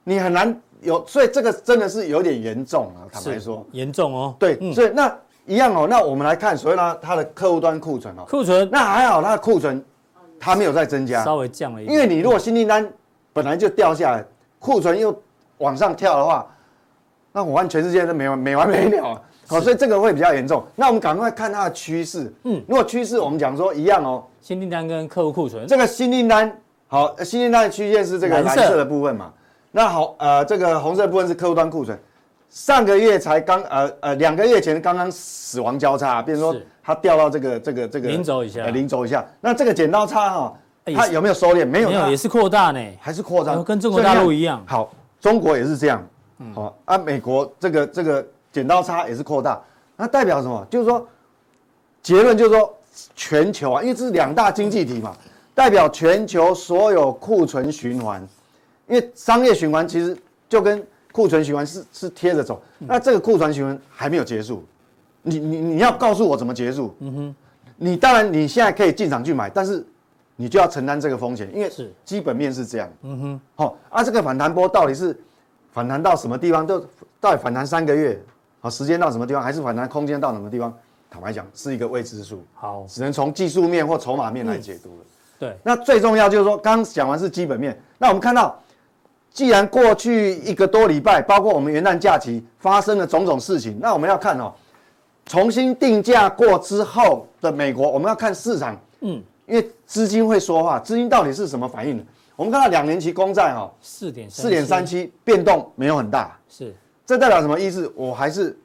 [SPEAKER 2] 你很难有，所以这个真的是有点严重啊，坦白
[SPEAKER 1] 是
[SPEAKER 2] 说，
[SPEAKER 1] 严重哦。
[SPEAKER 2] 对，所以那一样哦，那我们来看，所以呢，它的客户端库存哦，
[SPEAKER 1] 库存
[SPEAKER 2] 那还好，它的库存它没有在增加，
[SPEAKER 1] 稍微降了一
[SPEAKER 2] 因
[SPEAKER 1] 点，
[SPEAKER 2] 为你如果新订单本来就掉下来，库存又往上跳的话，那我看全世界都没完没完没了啊。好，所以这个会比较严重。那我们赶快看它的趋势。嗯，如果趋势我们讲说一样哦，
[SPEAKER 1] 新订单跟客户库存
[SPEAKER 2] 这个新订单好，呃新订单的曲线是这个
[SPEAKER 1] 蓝
[SPEAKER 2] 蓝
[SPEAKER 1] 色
[SPEAKER 2] 色的部分嘛？那好，呃，这个红色部分是客户端库存。上个月才刚呃呃两个月前刚刚死亡交叉，比如说
[SPEAKER 1] 是
[SPEAKER 2] 它掉到这个这个这个
[SPEAKER 1] 零轴以下
[SPEAKER 2] 呃零轴以下。那这个剪刀差哈、
[SPEAKER 1] 哎
[SPEAKER 2] 它有没有收敛？没有，
[SPEAKER 1] 没
[SPEAKER 2] 它
[SPEAKER 1] 有也是扩大呢，
[SPEAKER 2] 还是扩张，
[SPEAKER 1] 呃跟中国大陆一样嗯
[SPEAKER 2] 所以你看好，中国也是这样，好、啊，美国这个这个剪刀差也是扩大，那代表什么？就是说，结论就是说，全球啊，因为这是两大经济体嘛，代表全球所有库存循环，因为商业循环其实就跟库存循环是是贴着走，
[SPEAKER 1] 嗯
[SPEAKER 2] 那这个库存循环还没有结束，你你你要告诉我怎么结束？嗯哼，你当然你现在可以进场去买，但是你就要承担这个风险，因为
[SPEAKER 1] 是
[SPEAKER 2] 基本面是这样。嗯哼，好、啊，这个反弹波到底是反弹到什么地方？就到底反弹三个月，好、时间到什么地方，还是反弹空间到什么地方？坦白讲，是一个未知数，
[SPEAKER 1] 好，
[SPEAKER 2] 只能从技术面或筹码面来解读了。
[SPEAKER 1] 对，
[SPEAKER 2] 那最重要就是说，刚刚讲完是基本面，那我们看到，既然过去一个多礼拜，包括我们元旦假期发生了种种事情，那我们要看哦，重新定价过之后的美国，我们要看市场，嗯，因为资金会说话，资金到底是什么反应的？我们看到两年期公债哈、哦，
[SPEAKER 1] 四点
[SPEAKER 2] 四点三七变动没有很大，
[SPEAKER 1] 是
[SPEAKER 2] 这代表什么意思？我还是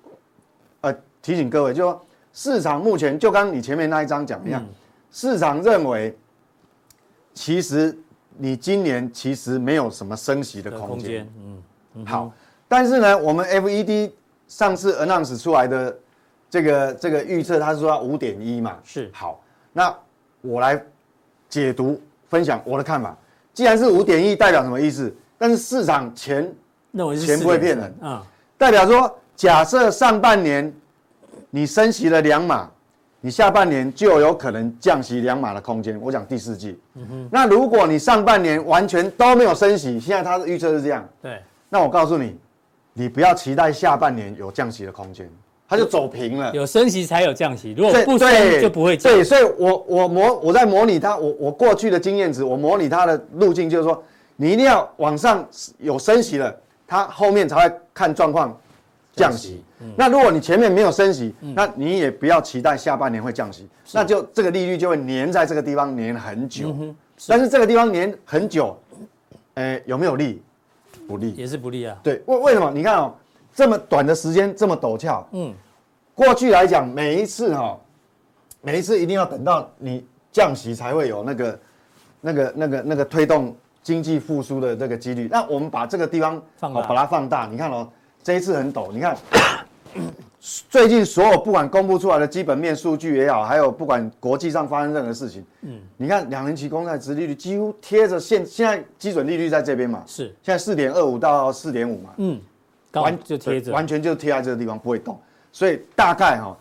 [SPEAKER 2] 呃提醒各位，就说市场目前就刚你前面那一章讲的一样，
[SPEAKER 1] 嗯
[SPEAKER 2] 市场认为其实你今年其实没有什么升息的
[SPEAKER 1] 的
[SPEAKER 2] 空
[SPEAKER 1] 空
[SPEAKER 2] 间
[SPEAKER 1] 间。，嗯，
[SPEAKER 2] 好，但是呢，我们 FED 上次 announce 出来的这个这个预测，它是说五点一嘛，
[SPEAKER 1] 是
[SPEAKER 2] 好，那我来解读分享我的看法。既然是五点一，代表什么意思？但是市场前
[SPEAKER 1] 认为是
[SPEAKER 2] 钱不会骗
[SPEAKER 1] 4.3
[SPEAKER 2] 人
[SPEAKER 1] 啊，
[SPEAKER 2] 代表说，假设上半年你升息了两码，你下半年就有可能降息两码的空间。我讲第四季。那如果你上半年完全都没有升息，现在它的预测是这样，
[SPEAKER 1] 对，
[SPEAKER 2] 那我告诉你，你不要期待下半年有降息的空间，它就走平了。
[SPEAKER 1] 有升息才有降息，如果
[SPEAKER 2] 对
[SPEAKER 1] 不
[SPEAKER 2] 对
[SPEAKER 1] 升就不会降
[SPEAKER 2] 对，，所以我我模我在模拟它，我我过去的经验值，我模拟它的路径就是说，你一定要往上有升息了，它后面才会看状况降
[SPEAKER 1] 降
[SPEAKER 2] 息
[SPEAKER 1] 息。嗯
[SPEAKER 2] 那如果你前面没有升息，那你也不要期待下半年会降息，那就这个利率就会粘在这个地方粘很久。
[SPEAKER 1] 嗯
[SPEAKER 2] 但是这个地方粘很久，哎，有没有利？不利。
[SPEAKER 1] 也是不利啊。
[SPEAKER 2] 对，为为什么？你看哦，这么短的时间这么陡峭，
[SPEAKER 1] 嗯，
[SPEAKER 2] 过去来讲，每一次哈、哦，每一次一定要等到你降息才会有那个、那个、那个、那个推动经济复苏的这个几率。那我们把这个地方
[SPEAKER 1] 放大
[SPEAKER 2] 把它放大，你看哦，这一次很陡，你看。最近所有不管公布出来的基本面数据也好，还有不管国际上发生任何事情，嗯，你看两年期公债殖利率几乎贴着现现在基准利率在这边嘛，
[SPEAKER 1] 是
[SPEAKER 2] 现在四点二五到四点五嘛，
[SPEAKER 1] 嗯，刚好就贴着
[SPEAKER 2] 对，完全就贴在这个地方不会动，所以大概哈、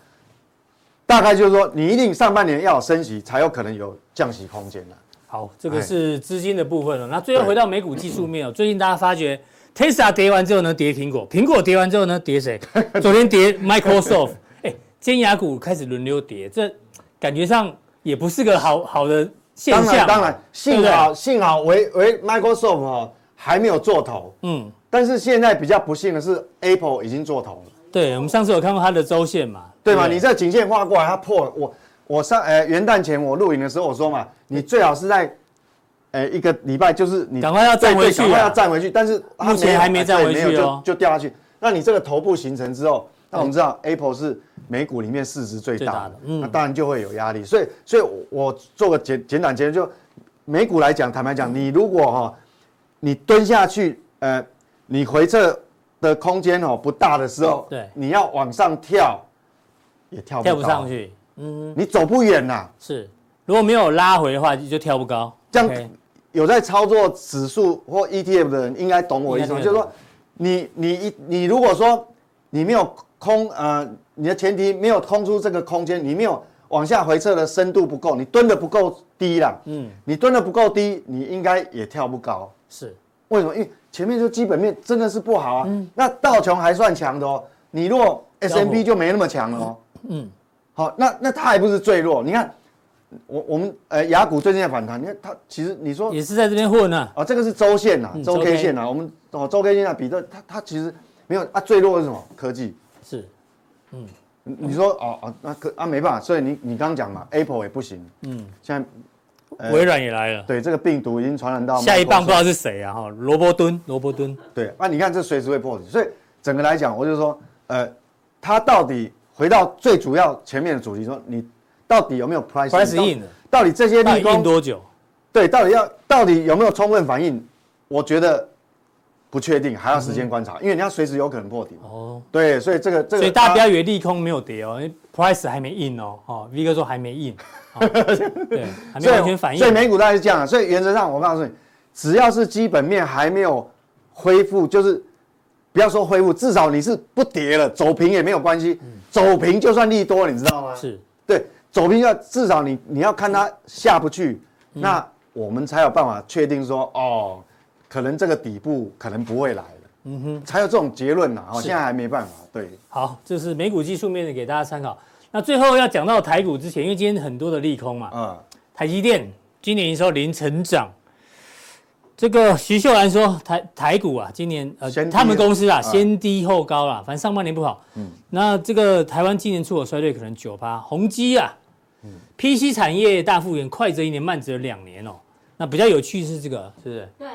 [SPEAKER 2] 大概就是说你一定上半年要有升息，才有可能有降息空间了。
[SPEAKER 1] 好，这
[SPEAKER 2] 哎
[SPEAKER 1] 个是资金的部分哦了。那最后回到美股技术面哦，最近大家发觉 Tesla 跌完之后呢，跌苹果；苹果跌完之后呢，跌 谁？昨天跌 Microsoft。哎，尖牙股开始轮流跌，这感觉上也不是个好好的现
[SPEAKER 2] 当
[SPEAKER 1] 象。
[SPEAKER 2] 然，当然，
[SPEAKER 1] 对
[SPEAKER 2] 幸
[SPEAKER 1] 不对
[SPEAKER 2] 好幸好为为 Microsoft 哈、还没有做头，
[SPEAKER 1] 嗯，
[SPEAKER 2] 但是现在比较不幸的是 Apple 已经做头了，
[SPEAKER 1] 对，我们上次有看过它的周线嘛，
[SPEAKER 2] 对吗？
[SPEAKER 1] 不
[SPEAKER 2] 你这颈线画过来，它破了我。我上呃元旦前我录影的时候我说嘛，你最好是在，呃一个礼拜就是你
[SPEAKER 1] 赶快要站回去啊
[SPEAKER 2] 对赶快要站回去，但是它
[SPEAKER 1] 目前
[SPEAKER 2] 没有啊
[SPEAKER 1] 还没站回去
[SPEAKER 2] 对没有
[SPEAKER 1] 哦
[SPEAKER 2] 就就掉下去。那你这个头部形成之后，那我们知道 Apple 是美股里面市值最
[SPEAKER 1] 最大
[SPEAKER 2] 大
[SPEAKER 1] 的
[SPEAKER 2] 的，
[SPEAKER 1] 嗯
[SPEAKER 2] 那当然就会有压力。所以所以我，我做个简简短结论，就美股来讲，坦白讲，
[SPEAKER 1] 嗯
[SPEAKER 2] 你如果哈、你蹲下去，呃，你回撤的空间哦不大的时候，
[SPEAKER 1] 对
[SPEAKER 2] 你要往上跳。也跳不
[SPEAKER 1] 跳不
[SPEAKER 2] 高
[SPEAKER 1] 上，去，
[SPEAKER 2] 你走不远啦。
[SPEAKER 1] 是如果没有拉回的话，就跳不高。
[SPEAKER 2] 这样
[SPEAKER 1] OK，
[SPEAKER 2] 有在操作指数或 ETF 的人应该懂我意思
[SPEAKER 1] 应
[SPEAKER 2] 吗，
[SPEAKER 1] 该听
[SPEAKER 2] 就是
[SPEAKER 1] 得懂
[SPEAKER 2] 说，你你一你如果说你没有空呃，你的前提没有空出这个空间，你没有往下回撤的深度不够，你蹲的不够低啦，
[SPEAKER 1] 嗯，
[SPEAKER 2] 你蹲的不够低，你应该也跳不高。
[SPEAKER 1] 是
[SPEAKER 2] 为什么？因为前面就基本面真的是不好啊。
[SPEAKER 1] 嗯
[SPEAKER 2] 那道琼还算强的哦，你若 S M
[SPEAKER 1] 标
[SPEAKER 2] B
[SPEAKER 1] 普
[SPEAKER 2] 就没那么强了哦。
[SPEAKER 1] 嗯
[SPEAKER 2] 嗯，好，那那它还不是最弱？你看，我我们呃雅股最近在反弹，你看它其实你说
[SPEAKER 1] 也是在这边混啊。
[SPEAKER 2] 啊，这个是周线呐
[SPEAKER 1] 嗯，
[SPEAKER 2] 周
[SPEAKER 1] 周 K
[SPEAKER 2] K 线呐，我们哦周 K 线啊比这它它其实没有啊，最弱的是什么？科技。
[SPEAKER 1] 是
[SPEAKER 2] 你你说哦哦，那可啊没办法，所以你你刚刚讲嘛，Apple 也不行，嗯，现在呃
[SPEAKER 1] 微软也来了，
[SPEAKER 2] 对这个病毒已经传染到
[SPEAKER 1] 下一棒
[SPEAKER 2] Microsoft
[SPEAKER 1] 不知道是谁啊？哈，罗伯敦，罗伯敦。
[SPEAKER 2] 对，那、你看这随时会破底，所以整个来讲，我就说，呃，它到底回到最主要前面的主题说，你到底有没有 price
[SPEAKER 1] price
[SPEAKER 2] in，
[SPEAKER 1] in 了
[SPEAKER 2] 到底这些
[SPEAKER 1] 那
[SPEAKER 2] 利
[SPEAKER 1] 印
[SPEAKER 2] 空，
[SPEAKER 1] 多久？
[SPEAKER 2] 对，到底要到底有没有充分反应？我觉得不确定，还要时间观察，因为你要随时有可能破底。
[SPEAKER 1] 哦，
[SPEAKER 2] 对，所以这个这个，
[SPEAKER 1] 所以大家不要以为利空没有跌哦因为，price 还没印哦。哦，V 哥说还没印， 哦对，还没
[SPEAKER 2] 所以
[SPEAKER 1] 完全反应。
[SPEAKER 2] 所以美股大概是这样啊，所以原则上我告诉你，只要是基本面还没有恢复，就是不要说恢复，至少你是不跌了，走平也没有关系，
[SPEAKER 1] 嗯
[SPEAKER 2] 走平就算利多，你知道吗？
[SPEAKER 1] 是
[SPEAKER 2] 对，走平要至少你你要看它下不去，
[SPEAKER 1] 嗯
[SPEAKER 2] 那我们才有办法确定说哦，可能这个底部可能不会来了，嗯哼，才有这种结论呐。哦，
[SPEAKER 1] 是
[SPEAKER 2] 现在还没办法，对，
[SPEAKER 1] 好，这是美股技术面的给大家参考。那最后要讲到台股之前，因为今天很多的利空嘛，
[SPEAKER 2] 嗯，
[SPEAKER 1] 台积电今年营收零成长。这个徐秀兰说，台台股啊，今年呃，
[SPEAKER 2] 先低
[SPEAKER 1] 他们公司啊，
[SPEAKER 2] 啊
[SPEAKER 1] 先低后高啦，反正上半年不好。嗯，那这个台湾今年出口衰退可能九趴，宏基啊，PC
[SPEAKER 2] 嗯
[SPEAKER 1] 产业大复原，快则一年，慢则两年哦。那比较有趣是这个，是不是？
[SPEAKER 4] 对，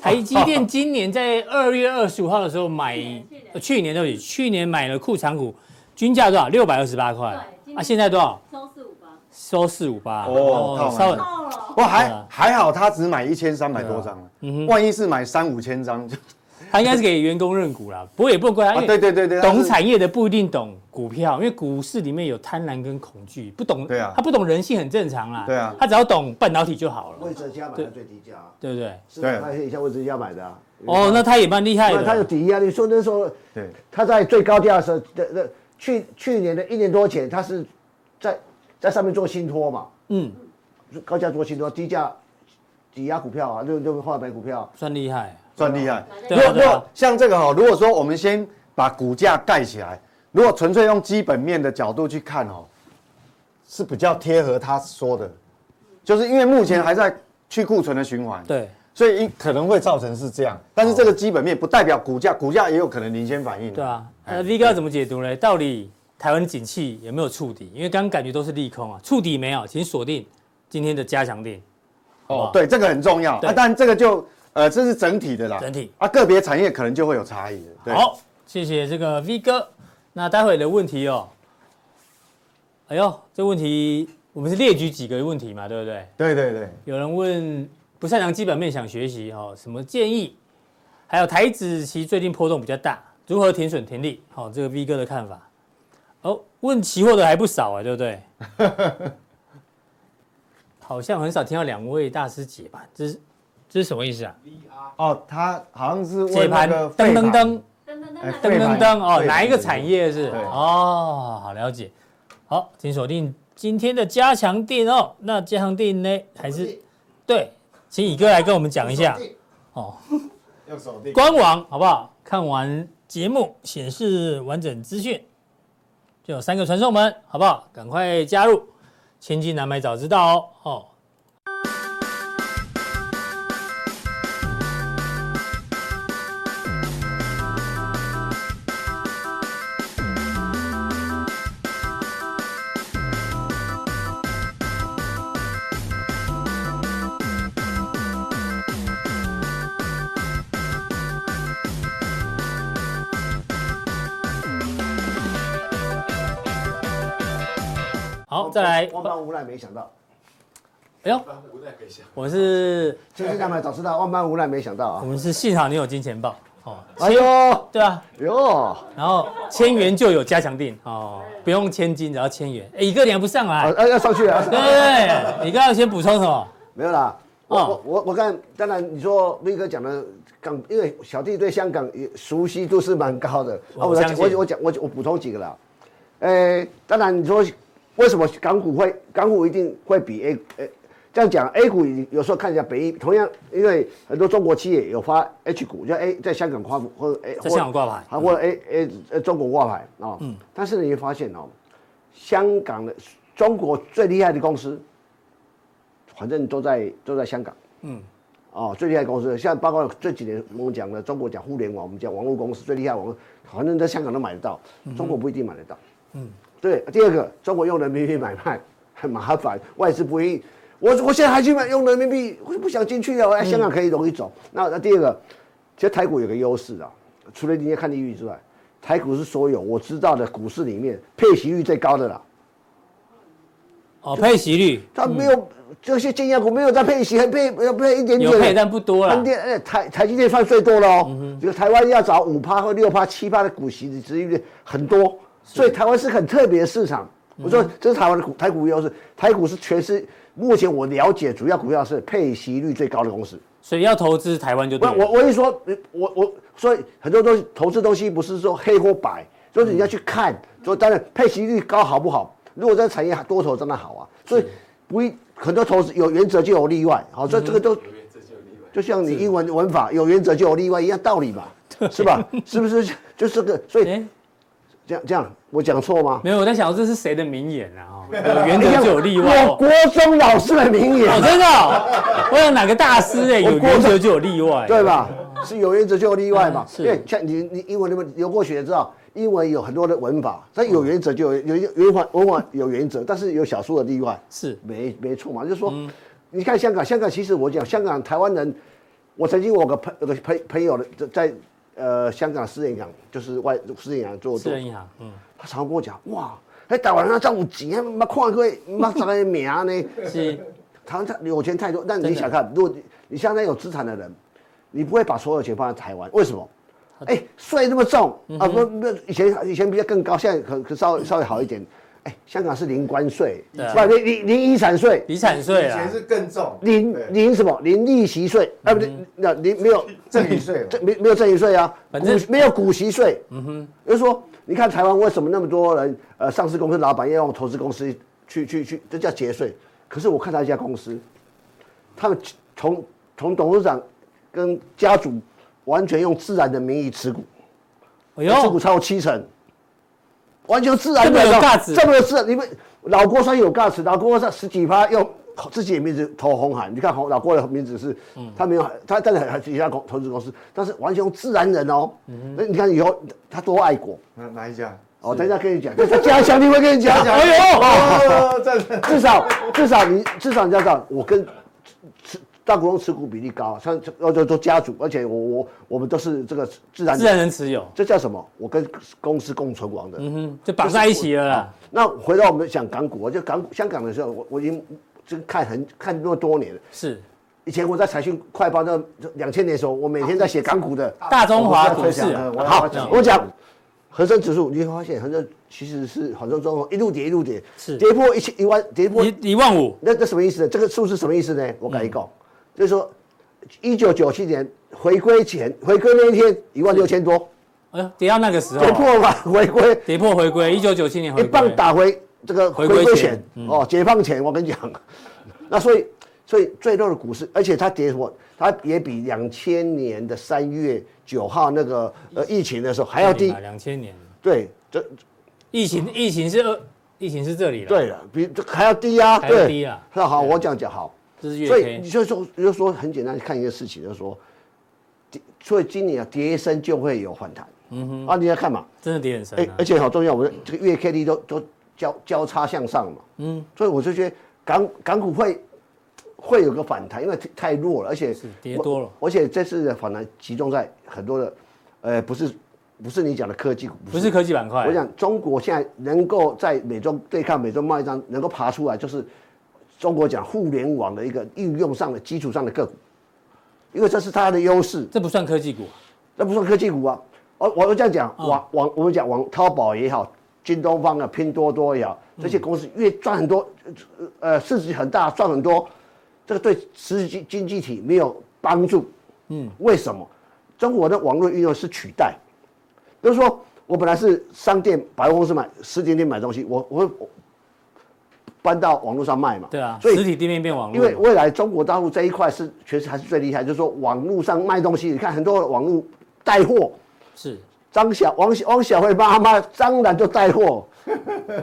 [SPEAKER 1] 台积电今年在二月二十五号的时候买
[SPEAKER 4] 去年去年，
[SPEAKER 1] 呃去年对不起，去年买了库藏股，均价多少？六百二十八块
[SPEAKER 4] 对今。年
[SPEAKER 1] 啊，现在多少？
[SPEAKER 4] 周四五吧，
[SPEAKER 1] 收四五八。
[SPEAKER 2] 哦套完
[SPEAKER 1] 稍微
[SPEAKER 2] 了
[SPEAKER 4] 到了，
[SPEAKER 2] 不过还、
[SPEAKER 1] 对啊
[SPEAKER 2] 还好，他只买一千三百多张了，
[SPEAKER 1] 嗯
[SPEAKER 2] 万一是买三五千张就。
[SPEAKER 1] 他应该是给员工认股啦，不过也不能怪他，
[SPEAKER 2] 啊，
[SPEAKER 1] 因
[SPEAKER 2] 对
[SPEAKER 1] 为
[SPEAKER 2] 对对对，
[SPEAKER 1] 懂
[SPEAKER 2] 彩
[SPEAKER 1] 产业的不一定懂股票，因为股市里面有贪婪跟恐惧，不懂，
[SPEAKER 2] 对啊
[SPEAKER 1] 他不懂人性很正常啦，
[SPEAKER 2] 对啊
[SPEAKER 1] 他只要懂半导体就好了，
[SPEAKER 3] 魏哲家买的最低价啊，
[SPEAKER 1] 对不对？
[SPEAKER 3] 市场派以像魏哲家买的啊。
[SPEAKER 1] 哦，那他也蛮厉害
[SPEAKER 3] 那他有
[SPEAKER 1] 的，
[SPEAKER 3] 抵押，你说那时候
[SPEAKER 2] 对
[SPEAKER 3] 他在最高价的时候，那那去去年的一年多前，他是在在上面做信托嘛，
[SPEAKER 1] 嗯，
[SPEAKER 3] 高价做信托，低价抵押股票啊，就就后来买股票。
[SPEAKER 1] 算厉害，
[SPEAKER 2] 算厉害。
[SPEAKER 1] 对
[SPEAKER 2] 如
[SPEAKER 1] 啊
[SPEAKER 2] 果如
[SPEAKER 1] 对啊
[SPEAKER 2] 果像这个哈、哦，如果说我们先把股价盖起来，如果纯粹用基本面的角度去看哦，是比较贴合他说的，就是因为目前还在去库存的循环，
[SPEAKER 1] 对，
[SPEAKER 2] 所以一可能会造成是这样，但是这个基本面不代表股价，股价也有可能领先反应。
[SPEAKER 1] 对啊，
[SPEAKER 2] 哎
[SPEAKER 1] 那 V 哥要怎么解读呢？到底台湾景气有没有触底？因为刚刚感觉都是利空啊，触底没有，请锁定今天的加强点。
[SPEAKER 2] 哦，对，这个很重要。
[SPEAKER 1] 对
[SPEAKER 2] 啊，但这个就呃，这是整体的啦，
[SPEAKER 1] 整体
[SPEAKER 2] 啊，个别产业可能就会有差异了。对，
[SPEAKER 1] 好，谢谢这个 V 哥。那待会的问题哦，哎呦，这问题我们是列举几个问题嘛，对不对？
[SPEAKER 2] 对对对，
[SPEAKER 1] 有人问不擅长基本面想学习哦，什么建议？还有台子期最近波动比较大，如何停损停利？好、这个 V 哥的看法。哦，问期货的还不少啊，对不对？ 好像很少听到两位大师解盘，这是这是什么意思啊？
[SPEAKER 2] 哦，他好像是
[SPEAKER 1] 解
[SPEAKER 2] 问那
[SPEAKER 1] 盘
[SPEAKER 2] 个
[SPEAKER 1] 噔
[SPEAKER 2] 沸
[SPEAKER 1] 噔
[SPEAKER 2] 腾
[SPEAKER 1] 噔
[SPEAKER 4] 噔噔
[SPEAKER 2] 哎
[SPEAKER 4] 噔
[SPEAKER 1] 噔
[SPEAKER 2] 对
[SPEAKER 1] 噔
[SPEAKER 2] 吧
[SPEAKER 1] 噔哦，
[SPEAKER 2] 对
[SPEAKER 1] 哪一个产业是？
[SPEAKER 2] 对
[SPEAKER 1] 哦，好了解。好，请锁定今天的加强定哦。那加强定呢？还是对，请乙哥来跟我们讲一下哦。
[SPEAKER 2] 用手定
[SPEAKER 1] 官网好不好？看完节目显示完整资讯，就有三个传送门，好不好？赶快加入，千金难买早知道哦。哦好，再来，
[SPEAKER 3] 万般无奈，没想到，
[SPEAKER 1] 哎呦，我们是，
[SPEAKER 3] 千金难买早知道，万般无奈，没想
[SPEAKER 1] 我
[SPEAKER 3] 到啊！
[SPEAKER 1] 们是幸好你有金钱豹哦，
[SPEAKER 3] 哎呦
[SPEAKER 1] 对啊，
[SPEAKER 3] 呦，
[SPEAKER 1] 然后千元就有加强定哦，不用千金，只要千元。哎，一个你还不上
[SPEAKER 3] 啊
[SPEAKER 1] 来？
[SPEAKER 3] 要要上去了，要上
[SPEAKER 1] 对对对，你刚刚先补充什么？
[SPEAKER 3] 没有啦。我
[SPEAKER 1] 哦
[SPEAKER 3] 我我我看，当然你说威哥讲的港，因为小弟对香港也熟悉度是蛮高的。啊
[SPEAKER 1] 我
[SPEAKER 3] 我
[SPEAKER 1] 相信
[SPEAKER 3] 我我讲我我补充几个啦。呃，当然你说为什么港股会港股一定会比 A 呃这样讲 A 股有时候看一下北一同样，因为很多中国企业有发 H 股，就 A 在香港挂股或者 A
[SPEAKER 1] 在香港挂牌
[SPEAKER 3] 还或者 A A 呃中国挂牌啊。嗯。但是你会发现哦，香港的中国最厉害的公司，反正都在都在香港。哦，最厉害的公司，像包括这几年我们讲的中国讲互联网，我们讲网络公司最厉害的网络，反正在香港都买得到，中国不一定买得到。嗯，对。第二个，中国用人民币买卖很麻烦，外资不一。我我现在还去买用人民币，我就不想进去了。我在哎香港可以容易走。那那第二个，其实台股有个优势啊，除了你要看利率之外，台股是所有我知道的股市里面配息率最高的啦。
[SPEAKER 1] 哦，配息率
[SPEAKER 3] 它没有、这些精英股没有在配息，还配要配一点点。
[SPEAKER 1] 有配，但不多
[SPEAKER 3] 台
[SPEAKER 1] 了。
[SPEAKER 3] 电哎，台台积电算最多了哦，这个台湾要找五趴或六趴、七趴的股息的殖利率很多，所以台湾是很特别的市场。
[SPEAKER 1] 嗯
[SPEAKER 3] 我说这是台湾的股台股优势，台股是全市目前我了解主要股票是配息率最高的公司。
[SPEAKER 1] 所以要投资台湾就对
[SPEAKER 3] 我
[SPEAKER 1] 了。
[SPEAKER 3] 我我一说，呃我我所以很多东西投资东西不是说黑或白，就是你要去看，
[SPEAKER 1] 嗯
[SPEAKER 3] 说当然配息率高好不好？如果这个产业多头真的好啊，所以不一很多投资有原则就有例外，好，所以这个都就像你英文文法有原则就有例外一样道理嘛，是吧？是 不是？就是这个，所以
[SPEAKER 1] 哎，
[SPEAKER 3] 这样这样我讲错吗？
[SPEAKER 1] 没有，我在想这是谁的名言啊？哦，有原则就有例外。
[SPEAKER 3] 我
[SPEAKER 1] 哦
[SPEAKER 3] 国中老师的名言
[SPEAKER 1] 哦，，真的哦、我想哪个大师哎、有
[SPEAKER 3] 我郭
[SPEAKER 1] 原则就有例外，
[SPEAKER 3] 对？吧？是有原则就有例外嘛
[SPEAKER 1] 哎嗯。是
[SPEAKER 3] 因为像你你英文那么留过学知道，英文有很多的文法，但
[SPEAKER 1] 嗯
[SPEAKER 3] 有原则就有有有法文法有原则，但是有少数的例外，
[SPEAKER 1] 是
[SPEAKER 3] 没没错嘛。就是说，
[SPEAKER 1] 嗯
[SPEAKER 3] 你看香港，香港其实我讲香港台湾人，我曾经我有个朋有个朋朋友的在呃香港私人银行，就是外私人银行做
[SPEAKER 1] 私
[SPEAKER 3] 做
[SPEAKER 1] 人银行，嗯，
[SPEAKER 3] 他常跟我讲，哇，那台湾人真有钱，没看过，没啥个名呢。
[SPEAKER 1] 是
[SPEAKER 3] 台湾太有钱太多，但
[SPEAKER 1] 真
[SPEAKER 3] 你
[SPEAKER 1] 的
[SPEAKER 3] 想看，如果你你相当有资产的人，你不会把所有钱放在台湾，为什么？哎，税那么重、
[SPEAKER 1] 嗯
[SPEAKER 3] 啊！不不，以前以前比较更高，现在可可稍微稍微好一点。哎，香港是零关税，
[SPEAKER 1] 对啊
[SPEAKER 3] 不零零零遗产税，
[SPEAKER 1] 遗产税啦，
[SPEAKER 2] 更重
[SPEAKER 3] 零零什么零利息税啊？不对，
[SPEAKER 1] 嗯
[SPEAKER 3] 那零没有
[SPEAKER 2] 赠与税嘛
[SPEAKER 3] 这没没有赠与税啊，
[SPEAKER 1] 反正
[SPEAKER 3] 股没有股息税。嗯哼，就是说，你看台湾为什么那么多人呃，上市公司老板要用投资公司去去去，这叫节税。可是我看到一家公司，他们从从董事长跟家族完全用自然的名义持股，
[SPEAKER 1] 哎
[SPEAKER 3] 持股
[SPEAKER 1] 呦，
[SPEAKER 3] 超过七成，完全自然
[SPEAKER 1] 这么有
[SPEAKER 3] 的哦
[SPEAKER 1] 价值
[SPEAKER 3] 这么有自然。你们老郭山有价值，老郭山十几趴用自己的名字投红海，你看红老郭的名字是，他没有他但是还其他公投资公司，但是完全用自然人哦，那你看以后他多爱国
[SPEAKER 2] 哪哪一家？
[SPEAKER 3] 哦，等一下跟你讲，但是家乡你会跟你讲，
[SPEAKER 2] 哦，这是
[SPEAKER 3] 至少至少你至少你要知道，我跟持大股东持股比例高，像要要做家族，而且我我我们都是这个自然
[SPEAKER 1] 自然人持有，
[SPEAKER 3] 这叫什么？我跟公司共存亡的。
[SPEAKER 1] 嗯哼，就绑在一起了啦。
[SPEAKER 3] 那回到我们讲港股，我就港股香港的时候，我我已经这个看很看那么多年了。
[SPEAKER 1] 是
[SPEAKER 3] 以前我在财讯快报那两千年的时候，我每天在写港股的
[SPEAKER 1] 大中华股
[SPEAKER 3] 分
[SPEAKER 1] 市
[SPEAKER 3] 享。
[SPEAKER 1] 啊
[SPEAKER 3] 呃，
[SPEAKER 2] 我要
[SPEAKER 3] 好
[SPEAKER 2] 分享，
[SPEAKER 3] 我讲恒生指数，你会发现恒生其实是好像中国一路跌一路跌，
[SPEAKER 1] 是
[SPEAKER 3] 跌破一千一万，跌破
[SPEAKER 1] 一一万五，
[SPEAKER 3] 那那什么意思呢？这个数字什么意思呢？我跟你讲，就是说，一九九七年回归前，回归那一天一万六千多，
[SPEAKER 1] 哎呦，跌到那个时候
[SPEAKER 3] 跌破嘛，回归
[SPEAKER 1] 跌破回归，一九九七年
[SPEAKER 3] 一
[SPEAKER 1] 回
[SPEAKER 3] 棒
[SPEAKER 1] 归，
[SPEAKER 3] 打回这个
[SPEAKER 1] 回
[SPEAKER 3] 回
[SPEAKER 1] 归
[SPEAKER 3] 归
[SPEAKER 1] 前嗯
[SPEAKER 3] 前哦，解放前，我跟你讲， 那所以所以最弱的股市，而且它跌什么？它也比两千年的三月九号那个呃疫情的时候还要低。
[SPEAKER 1] 哎两千年，
[SPEAKER 3] 对，这
[SPEAKER 1] 疫情疫情是二，疫情是这里了，，
[SPEAKER 3] 对了，比这还要低啊，
[SPEAKER 1] 还要
[SPEAKER 3] 对
[SPEAKER 1] 低啊
[SPEAKER 3] 那好，我这样讲好。
[SPEAKER 1] 这是月
[SPEAKER 3] 所以
[SPEAKER 1] K，
[SPEAKER 3] 你就说，你就说很简单，看一个事情，就是说，跌所以今年啊，跌一升就会有反弹。嗯哼，啊，你要看嘛，
[SPEAKER 1] 真的跌很深
[SPEAKER 3] 哎、
[SPEAKER 1] 啊
[SPEAKER 3] 而。且好重要，我们这个月 K D 都都交交叉向上嘛。嗯，所以我就觉得港港股会会有个反弹，因为太弱了，而且
[SPEAKER 1] 是跌多了
[SPEAKER 3] 我而且这次的反弹集中在很多的，呃，不是不是你讲的科技股，
[SPEAKER 1] 不是科技板块啊
[SPEAKER 3] 我，想中国现在能够在美中对抗美中贸易战能够爬出来，就是中国讲互联网的一个应用上的基础上的个股，因为这是它的优势，
[SPEAKER 1] 这不算科技股啊，
[SPEAKER 3] 那不算科技股啊。我我这样讲，
[SPEAKER 1] 嗯
[SPEAKER 3] 网网我们讲网淘宝也好，京东方啊、拼多多也好，
[SPEAKER 1] 嗯
[SPEAKER 3] 这些公司越赚很多，呃，市值很大，赚很多，这个对实际经济体没有帮助。嗯，为什么？中国的网络运用是取代，比如说我本来是商店、百货公司买实体店买东西，我我会我搬到网络上卖嘛。
[SPEAKER 1] 对啊，
[SPEAKER 3] 所以
[SPEAKER 1] 实体店面变网
[SPEAKER 3] 因为
[SPEAKER 1] 络，
[SPEAKER 3] 未来中国大陆这一块是全世还是最厉害，就是说网络上卖东西，你看很多网络带货，
[SPEAKER 1] 是，
[SPEAKER 3] 张小王汪小慧妈妈当然就带货，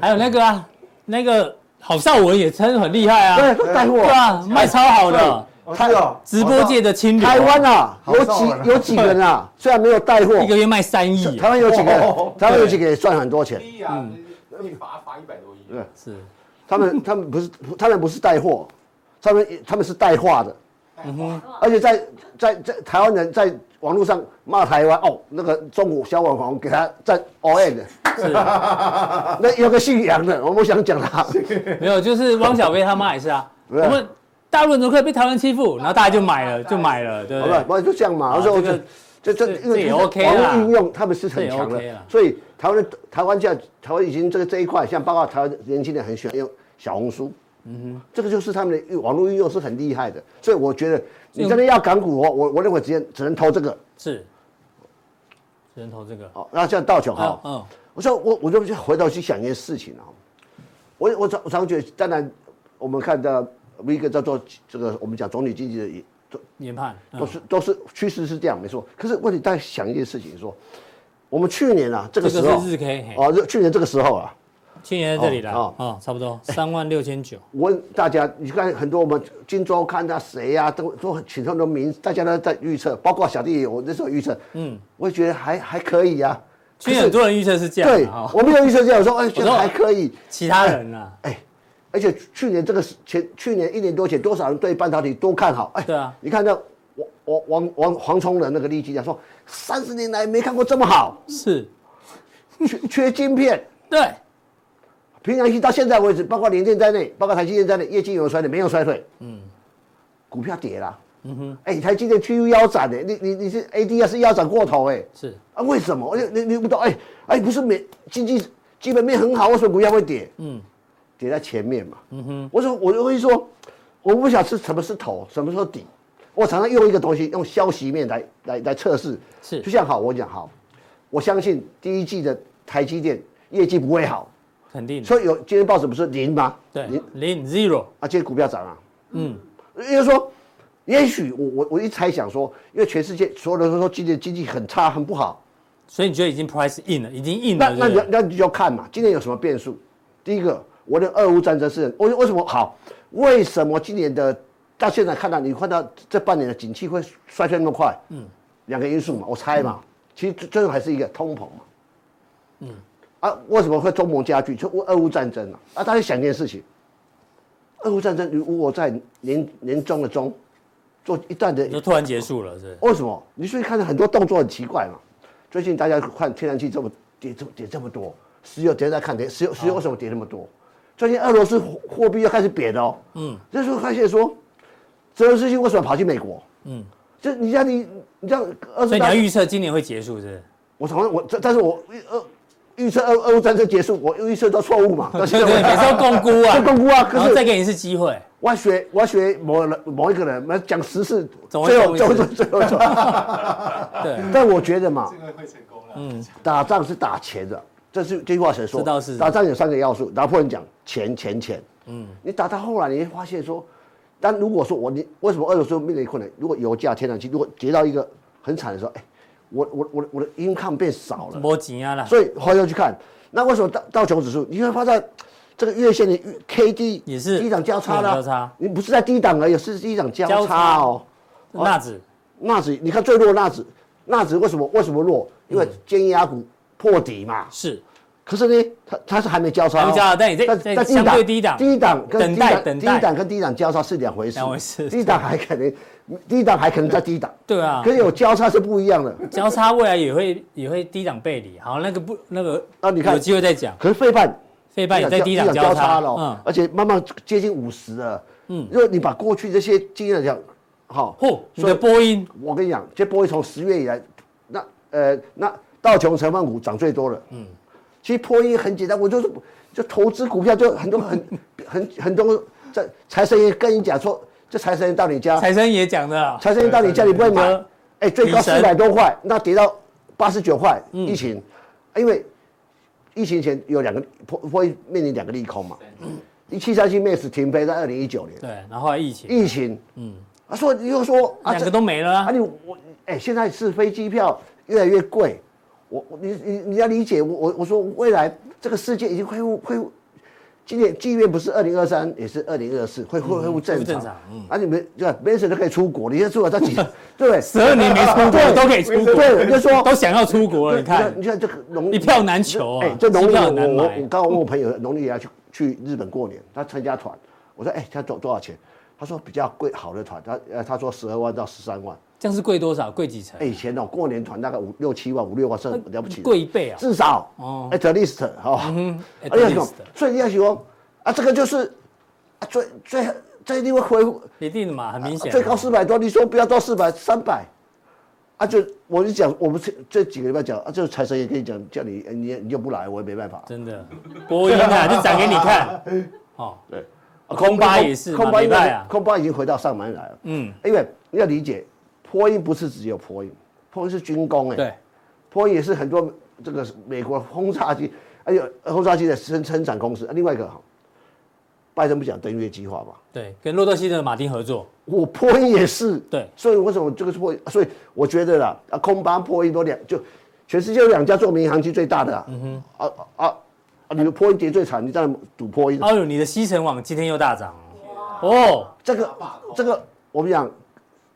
[SPEAKER 1] 还有那个啊，那个郝邵文也真的很厉害
[SPEAKER 3] 对，
[SPEAKER 1] 啊，
[SPEAKER 3] 都带货
[SPEAKER 1] 对。啊，卖超好的，
[SPEAKER 2] 哦是哦，
[SPEAKER 1] 直播界的清流，
[SPEAKER 3] 台湾啊，
[SPEAKER 2] 好
[SPEAKER 3] 有
[SPEAKER 2] 少人
[SPEAKER 3] 几有几个人啊，虽然没有带货，
[SPEAKER 1] 一个月卖三亿啊
[SPEAKER 3] 台，湾有几个
[SPEAKER 2] 哦
[SPEAKER 3] 人，台湾有几个也赚很多钱。
[SPEAKER 4] 一啊，你罚罚一百多亿。
[SPEAKER 3] 对
[SPEAKER 1] 是
[SPEAKER 3] 他们他们不是他们不是带货，他们他们是带话的，而且在在在台湾人在网络上骂台湾哦，那个中国小网红给他在 all in 的，
[SPEAKER 1] 是。
[SPEAKER 3] 那有个姓杨的，我不想讲他。
[SPEAKER 1] 没有，就是汪小菲他妈也是啊，我
[SPEAKER 3] 对啊
[SPEAKER 1] 们大陆人怎么可以被台湾欺负？然后大家就买了，就买了，对不
[SPEAKER 3] 好吧
[SPEAKER 1] 对？，
[SPEAKER 3] 我就这样嘛。
[SPEAKER 1] 啊
[SPEAKER 3] 我说我
[SPEAKER 1] 这个
[SPEAKER 3] 就这这
[SPEAKER 1] 这
[SPEAKER 3] 因为
[SPEAKER 1] 这也
[SPEAKER 3] 就是
[SPEAKER 1] OK
[SPEAKER 3] 网
[SPEAKER 1] 啦
[SPEAKER 3] 络应用他们是很强
[SPEAKER 1] 这也 OK
[SPEAKER 3] 的
[SPEAKER 1] 啊啦，
[SPEAKER 3] 所以台湾的台湾现在台湾已经这个这一块，像包括台湾年轻人很喜欢用小红书，嗯哼，这个就是他们的网络应用是很厉害的。所以我觉得你真的要港股哦，我我认为只能只能投这个
[SPEAKER 1] 是，只能投这个。
[SPEAKER 3] 哦。那像道琼
[SPEAKER 1] 嗯
[SPEAKER 3] 哈，
[SPEAKER 1] 嗯，
[SPEAKER 3] 我说我我就回头去想一件事情啊，我我常我常觉得，当然我们看到一个叫做这个我们讲总体经济的也
[SPEAKER 1] 研判
[SPEAKER 3] 都
[SPEAKER 1] 嗯
[SPEAKER 3] 是都是趋势是这样没错。可是问题，大家想一件事情说，我们去年啊这
[SPEAKER 1] 这
[SPEAKER 3] 个时候
[SPEAKER 1] 个是日 K，嘿
[SPEAKER 3] 哦，这去年这个时候啊，
[SPEAKER 1] 去年在这里的
[SPEAKER 3] 哦
[SPEAKER 1] 哦，差不多三万六千九，
[SPEAKER 3] 我问大家，你看很多我们《金周刊》啊，谁啊，都都很请很多名，大家都在预测，包括小弟也，我那时候预测，嗯，我也觉得还还可以啊。
[SPEAKER 1] 去年很多人预测是这样
[SPEAKER 3] 对
[SPEAKER 1] 的哈，，哦
[SPEAKER 3] 我没有预测这样，我说哎，
[SPEAKER 1] 我
[SPEAKER 3] 觉得
[SPEAKER 1] 说
[SPEAKER 3] 还可以。
[SPEAKER 1] 其他人啊，
[SPEAKER 3] 哎，而且去年这个时前去年一年多前，多少人对半导体都看好？哎，
[SPEAKER 1] 对啊
[SPEAKER 3] 你看到王王王王黄崇仁那个利基讲说，三十年来没看过这么好，
[SPEAKER 1] 是，
[SPEAKER 3] 缺缺晶片，
[SPEAKER 1] 对，
[SPEAKER 3] 平常期到现在为止，包括联电在内，包括台积电在内，业绩有衰退，没有衰退，嗯，股票跌啦，嗯哼，哎，台积电 Q 腰斩的，你你你是 ADR 是腰斩过头哎，
[SPEAKER 1] 是
[SPEAKER 3] 啊，为什么？你你你不懂？哎哎，不是美经济基本面很好，为什么股票会跌？嗯，跌在前面嘛。嗯哼，我说我就会说，我不想是什么是头，什么时候底。我常常用一个东西，用消息面来来来测试。
[SPEAKER 1] 是
[SPEAKER 3] 就像好，我讲好，我相信第一季的台积电业绩不会好，
[SPEAKER 1] 肯定的，
[SPEAKER 3] 所以有今天报纸不是零吗？
[SPEAKER 1] 对
[SPEAKER 3] 零，
[SPEAKER 1] 零 zero
[SPEAKER 3] 啊，今天股票涨啊。嗯，也就是说，也许我我我一猜想说，因为全世界所有人都说今年经济很差，很不好。
[SPEAKER 1] 所以你觉得已经 price in 了，已经 in
[SPEAKER 3] 那
[SPEAKER 1] 了，
[SPEAKER 3] 那
[SPEAKER 1] 对
[SPEAKER 3] 你
[SPEAKER 1] 不
[SPEAKER 3] 要
[SPEAKER 1] 对？
[SPEAKER 3] 那你就要看嘛，今年有什么变数？第一个，我的俄乌战争是为为什么好？为什么今年的到现在看到你看到这半年的景气会衰退那么快？嗯，两个因素嘛，我猜嘛，其实最最后还是一个通膨嘛。嗯，啊，为什么会中盟加剧？就俄乌战争啊，啊，大家想一件事情，俄乌战争如果在年年中的中做一段的
[SPEAKER 1] 就突然结束了，是不是
[SPEAKER 3] 为什么？你所以看到很多动作很奇怪嘛。最近大家看天然气这么跌这么跌这么多，石油跌在看跌，
[SPEAKER 1] 啊
[SPEAKER 3] 石油石油为什么跌那么多？最近俄罗斯货货币又开始贬了、哦，嗯，这时候发现说，泽连斯基为什么跑去美国？嗯，这你像你你像
[SPEAKER 1] 所
[SPEAKER 3] 二
[SPEAKER 1] 以
[SPEAKER 3] 十
[SPEAKER 1] 你
[SPEAKER 3] 大
[SPEAKER 1] 要，预测今年会结束，是不是？
[SPEAKER 3] 我常常我这但是我预呃预测俄俄乌战争结束，我预测到错误嘛，到现
[SPEAKER 1] 对
[SPEAKER 3] 在
[SPEAKER 1] 对，每次都共估啊，
[SPEAKER 3] 这共估啊可是
[SPEAKER 1] 然后再给你一次机会，
[SPEAKER 3] 我要学我要学某人某一个人，我们讲十次，
[SPEAKER 1] 总会
[SPEAKER 3] 最后最
[SPEAKER 1] 中
[SPEAKER 3] 后
[SPEAKER 1] 一次
[SPEAKER 3] 最后 最后，
[SPEAKER 1] 啊 对，
[SPEAKER 3] 但我觉得嘛，
[SPEAKER 4] 这个会成功了。嗯，
[SPEAKER 3] 打仗是打钱的，这是这句话谁说？
[SPEAKER 1] 这倒是
[SPEAKER 3] 打仗有三个要素，拿破仑讲钱钱钱。嗯，你打到后来，你会发现说，但如果说我你为什么俄罗斯面临困难？如果油价、天然气如果跌到一个很惨的时候，哎，我我我的我的 income 变少了，
[SPEAKER 1] 摸紧啊啦，
[SPEAKER 3] 所以回头去看，那为什么道道琼指数你会发现这个月线的 K D
[SPEAKER 1] 也是
[SPEAKER 3] 低档交叉
[SPEAKER 1] 低档
[SPEAKER 3] 啦、
[SPEAKER 1] 交叉
[SPEAKER 3] 你不是在低档而已，是低档交
[SPEAKER 1] 交
[SPEAKER 3] 叉
[SPEAKER 1] 叉
[SPEAKER 3] 哦。
[SPEAKER 1] 纳指
[SPEAKER 3] 纳指，你看最弱的纳指，纳指为什么为什么弱？因
[SPEAKER 1] 嗯
[SPEAKER 3] 为尖压股破底嘛。
[SPEAKER 1] 是
[SPEAKER 3] 可是呢，它它是还没交叉哦、
[SPEAKER 1] 还没交叉但你在在
[SPEAKER 3] 但
[SPEAKER 1] 相对低档
[SPEAKER 3] 低档跟
[SPEAKER 1] 等
[SPEAKER 3] 低
[SPEAKER 1] 待
[SPEAKER 3] 档
[SPEAKER 1] 等
[SPEAKER 3] 低
[SPEAKER 1] 待
[SPEAKER 3] 档跟低档交叉是两回事，
[SPEAKER 1] 两回事
[SPEAKER 3] 低档还可能，低档还可能在低档，
[SPEAKER 1] 对啊
[SPEAKER 3] 可是有交叉是不一样的。
[SPEAKER 1] 交叉，未来也会也会低档背离。好，那个不那个，
[SPEAKER 3] 那你看
[SPEAKER 1] 有机会再讲。
[SPEAKER 3] 可是费半
[SPEAKER 1] 费半也在低档
[SPEAKER 3] 交
[SPEAKER 1] 交
[SPEAKER 3] 叉
[SPEAKER 1] 叉
[SPEAKER 3] 了哦
[SPEAKER 1] 嗯，
[SPEAKER 3] 而且慢慢接近五十了。嗯，如果你把过去这些经验来讲，好，
[SPEAKER 1] 嚯，你
[SPEAKER 3] 所以
[SPEAKER 1] 的波音
[SPEAKER 3] 我跟你讲，这波从十月以来，那呃那道琼成分股涨最多了。嗯，其实波音很简单，我就是就投资股票，就很多很 很很多在财神爷跟你讲说，这财神爷到你家，
[SPEAKER 1] 财神也讲的啊，
[SPEAKER 3] 财神爷到你家你不会买
[SPEAKER 1] 嗯，
[SPEAKER 3] 哎，最高
[SPEAKER 1] 女
[SPEAKER 3] 四
[SPEAKER 1] 神
[SPEAKER 3] 百多块，那跌到八十九块，疫情，啊因为疫情前有两个波波音面临两个利空嘛，一七三七 MAX 停飞在二零一九年，
[SPEAKER 1] 对，然后后来疫情，
[SPEAKER 3] 疫情，嗯，啊，所以又说啊，
[SPEAKER 1] 两
[SPEAKER 3] 这
[SPEAKER 1] 个都没了
[SPEAKER 3] 啊
[SPEAKER 1] 啊，
[SPEAKER 3] 你我哎、现在是飞机票越来越贵，我我你你你要理解我我我说未来这个世界已经恢复恢复，今年即便不是二零二三，也是二零二四，会会恢复正
[SPEAKER 1] 恢
[SPEAKER 3] 常。
[SPEAKER 1] 复正常嗯
[SPEAKER 3] 啊，你们对吧？没事都可以出国，你现在出国 到几对不对？
[SPEAKER 1] 十二年没出国
[SPEAKER 3] 啊对
[SPEAKER 1] 都可以出国，
[SPEAKER 3] 对，我就 说
[SPEAKER 1] 都想要出国了，
[SPEAKER 3] 对
[SPEAKER 1] 你看
[SPEAKER 3] 你看这个农
[SPEAKER 1] 一票难求啊
[SPEAKER 3] 哎，这农
[SPEAKER 1] 机
[SPEAKER 3] 历
[SPEAKER 1] 票
[SPEAKER 3] 我
[SPEAKER 1] 很难
[SPEAKER 3] 我
[SPEAKER 1] 买
[SPEAKER 3] 我刚刚问我朋友，农历也要去去日本过年，他参加团，我说哎，他多多少钱？他说比较贵好的团，他呃他说十二万到十三万。
[SPEAKER 1] 这样是贵多少？贵几成
[SPEAKER 3] 哎，？以前哦，过年团大概五六七万、五六万，是很了不起的，
[SPEAKER 1] 呃贵一倍啊！哎
[SPEAKER 3] 至少
[SPEAKER 1] 哦嗯
[SPEAKER 3] ，at least 啊哈，
[SPEAKER 1] at
[SPEAKER 3] 而且
[SPEAKER 1] least
[SPEAKER 3] 所以你要说啊，这个就是啊最最最低会恢复
[SPEAKER 1] 一定的嘛，很明显啊。
[SPEAKER 3] 最高四百多，你说不要到四百三百，啊就我就讲，我们这这几个礼拜讲啊，就财神也跟你讲，叫你哎你你就不来，我也没办法。
[SPEAKER 1] 真的，波音啊，就展给你 看。哦，
[SPEAKER 3] 对，
[SPEAKER 1] 空巴也是嘛
[SPEAKER 3] 空巴
[SPEAKER 1] 礼
[SPEAKER 3] 应该
[SPEAKER 1] 拜
[SPEAKER 3] 是
[SPEAKER 1] 啊
[SPEAKER 3] 空巴已经回到上门来了。嗯，因为你要理解，波音不是只有波音，波音是军工哎，
[SPEAKER 1] 对，
[SPEAKER 3] 波音也是很多这个美国轰炸机，还有轰炸机的生生产公司。另外一个哈，拜登不讲登月计划嘛，
[SPEAKER 1] 对，跟洛特希德马丁合作，
[SPEAKER 3] 我波音也是。
[SPEAKER 1] 对
[SPEAKER 3] 所以为什么这个是波音？所以我觉得啦，啊，空巴、波音都两就全世界有两家做民航机最大的啊，嗯、啊啊啊！你们波音跌最惨，你当然赌波音。
[SPEAKER 1] 哦呦，你的西城网今天又大涨哦，
[SPEAKER 3] 这个这个我们讲，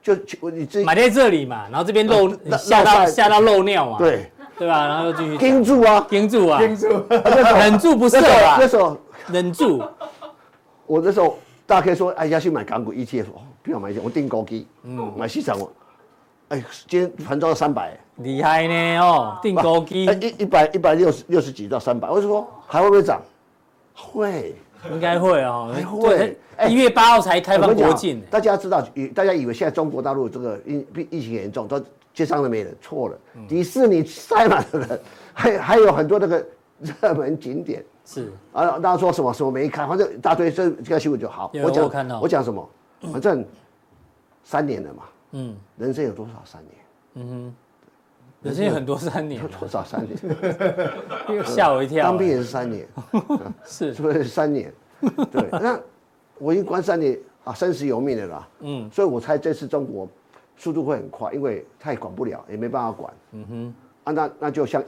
[SPEAKER 3] 就就你自
[SPEAKER 1] 哦
[SPEAKER 3] 己
[SPEAKER 1] 买在这里嘛，然后这边漏
[SPEAKER 3] 那
[SPEAKER 1] 吓
[SPEAKER 3] 那
[SPEAKER 1] 到
[SPEAKER 3] 那
[SPEAKER 1] 吓到漏尿嘛，
[SPEAKER 3] 对
[SPEAKER 1] 对吧？然后又继续
[SPEAKER 3] 盯住啊。
[SPEAKER 1] 盯住啊，
[SPEAKER 4] 盯住，
[SPEAKER 1] 忍住不
[SPEAKER 3] 那
[SPEAKER 1] 射
[SPEAKER 3] 时候
[SPEAKER 1] 啊
[SPEAKER 3] 那，时候
[SPEAKER 1] 忍住，
[SPEAKER 3] 我那时候大概说，哎，要去买港股 ETF，、哦、不要买一些，我定高基，嗯，买市场我，哎，今天盘到三百，
[SPEAKER 1] 厉害呢哦，定高机
[SPEAKER 3] 哎一一百一百六十六十几到三百，我就说还会不会涨？会，
[SPEAKER 1] 应该会哦
[SPEAKER 3] 还，会
[SPEAKER 1] 对
[SPEAKER 3] 哎，
[SPEAKER 1] 一月八号才开
[SPEAKER 3] 我
[SPEAKER 1] 放
[SPEAKER 3] 跟你讲
[SPEAKER 1] 国境呢，
[SPEAKER 3] 大家知道，以大家以为现在中国大陆这个疫病疫情严重，都街上都没人，错了，
[SPEAKER 1] 嗯
[SPEAKER 3] 迪士尼塞满了人，还还有很多那个热门景点。
[SPEAKER 1] 是
[SPEAKER 3] 啊，大家说什么什么没看，反正一大堆这这个新闻就好。
[SPEAKER 1] 有我有看到
[SPEAKER 3] 我讲什么，反正三年了嘛，
[SPEAKER 1] 嗯，
[SPEAKER 3] 人生有多少三年？
[SPEAKER 1] 人生有很多三年
[SPEAKER 3] 有， 多 少三年？
[SPEAKER 1] 吓我一跳，啊
[SPEAKER 3] 当兵也是三年，
[SPEAKER 1] 是
[SPEAKER 3] 是不是 三年？对，那我已经关三年啊，生死有命了啦。嗯，所以我猜这次中国速度会很快，因为他也管不了，也没办法管。嗯哦哼，啊，那那就像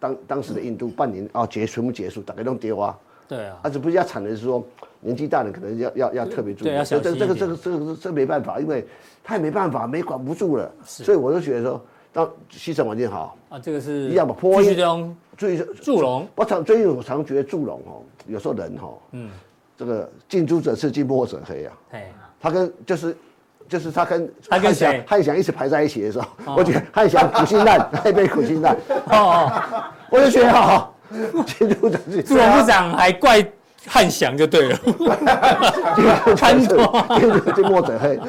[SPEAKER 3] 当当时的印度半年啊结全部结束，大概都丢啊，
[SPEAKER 1] 对啊，
[SPEAKER 3] 啊，只不过要惨的是说，年纪大的可能要要要特别注意，
[SPEAKER 1] 对要小
[SPEAKER 3] 这
[SPEAKER 1] 心一
[SPEAKER 3] 这个
[SPEAKER 1] 点
[SPEAKER 3] 这个这个这没办法，因为他也没办法，没管不住了，
[SPEAKER 1] 是
[SPEAKER 3] 所以我就觉得说，到西城环境好，
[SPEAKER 1] 啊，这个是
[SPEAKER 3] 一样吧波音
[SPEAKER 1] 巨东
[SPEAKER 3] 注意
[SPEAKER 1] 祝融，
[SPEAKER 3] 我常最近我常觉得祝融哦，有时候人哦，嗯，这个近朱者赤，近墨者黑啊，
[SPEAKER 1] 哎，
[SPEAKER 3] 他跟就是。就是他跟
[SPEAKER 1] 他跟
[SPEAKER 3] 汉翔
[SPEAKER 1] 谁
[SPEAKER 3] 汉翔一起排在一起的时候，我觉得汉翔苦心蛋， 那边苦心蛋，
[SPEAKER 1] 哦，
[SPEAKER 3] 我就觉 得好，近朱者赤，
[SPEAKER 1] 祝融部长还怪汉翔就对了，
[SPEAKER 3] 穿错，进入进墨者黑。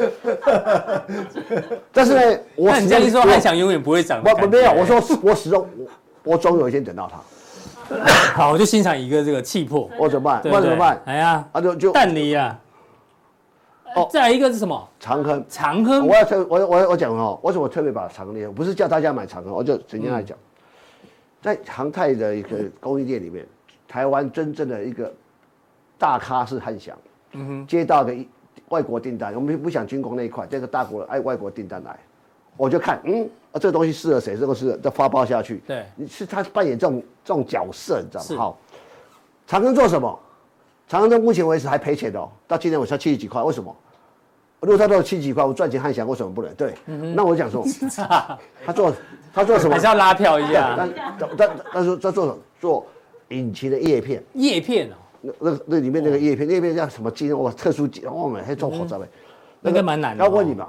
[SPEAKER 3] 但是呢，我
[SPEAKER 1] 那你这样一说，
[SPEAKER 3] 我
[SPEAKER 1] 汉翔永远不会涨的
[SPEAKER 3] 我
[SPEAKER 1] 感觉。
[SPEAKER 3] 我没有，我说我始终我我总有一天等到他，
[SPEAKER 1] 好，我就欣赏一个这个气魄，
[SPEAKER 3] 我怎么办？
[SPEAKER 1] 对
[SPEAKER 3] 我
[SPEAKER 1] 不
[SPEAKER 3] 怎
[SPEAKER 1] 对
[SPEAKER 3] 么办？
[SPEAKER 1] 哎呀，
[SPEAKER 3] 啊，就就
[SPEAKER 1] 蛋梨啊，哦
[SPEAKER 3] 哦，
[SPEAKER 1] 再来一个是什么？
[SPEAKER 3] 长亨。
[SPEAKER 1] 长亨
[SPEAKER 3] 我要特我我我讲哦，为什么我特别把长亨列？我不是叫大家买长亨，我就曾经来讲，在航太的一个供应链里面，台湾真正的一个大咖是汉翔，接到个一外国订单，我们不想军工那一块，这个大国爱外国订单来，我就看，嗯，啊，这个东西适合谁，这个适合再发包下去，
[SPEAKER 1] 对，
[SPEAKER 3] 你是他扮演这种这种角色，你知道
[SPEAKER 1] 是
[SPEAKER 3] 吗？好，长庚做什么？长庚到目前为止还赔钱的、哦，到今年我才七十几块，为什么？如果他到七十几块，我赚钱汉翔为什么不能？对，
[SPEAKER 1] 嗯
[SPEAKER 3] 那我讲说， 他做他做什么
[SPEAKER 1] 还是？要拉票一下
[SPEAKER 3] 但但但但是他做什么做引擎的叶片，
[SPEAKER 1] 叶片哦，
[SPEAKER 3] 那那那里面那个叶片，那边叫什么金？哇，特殊金，哇，还做火灾呗，
[SPEAKER 1] 嗯那个蛮难的哦
[SPEAKER 3] 要问你嘛，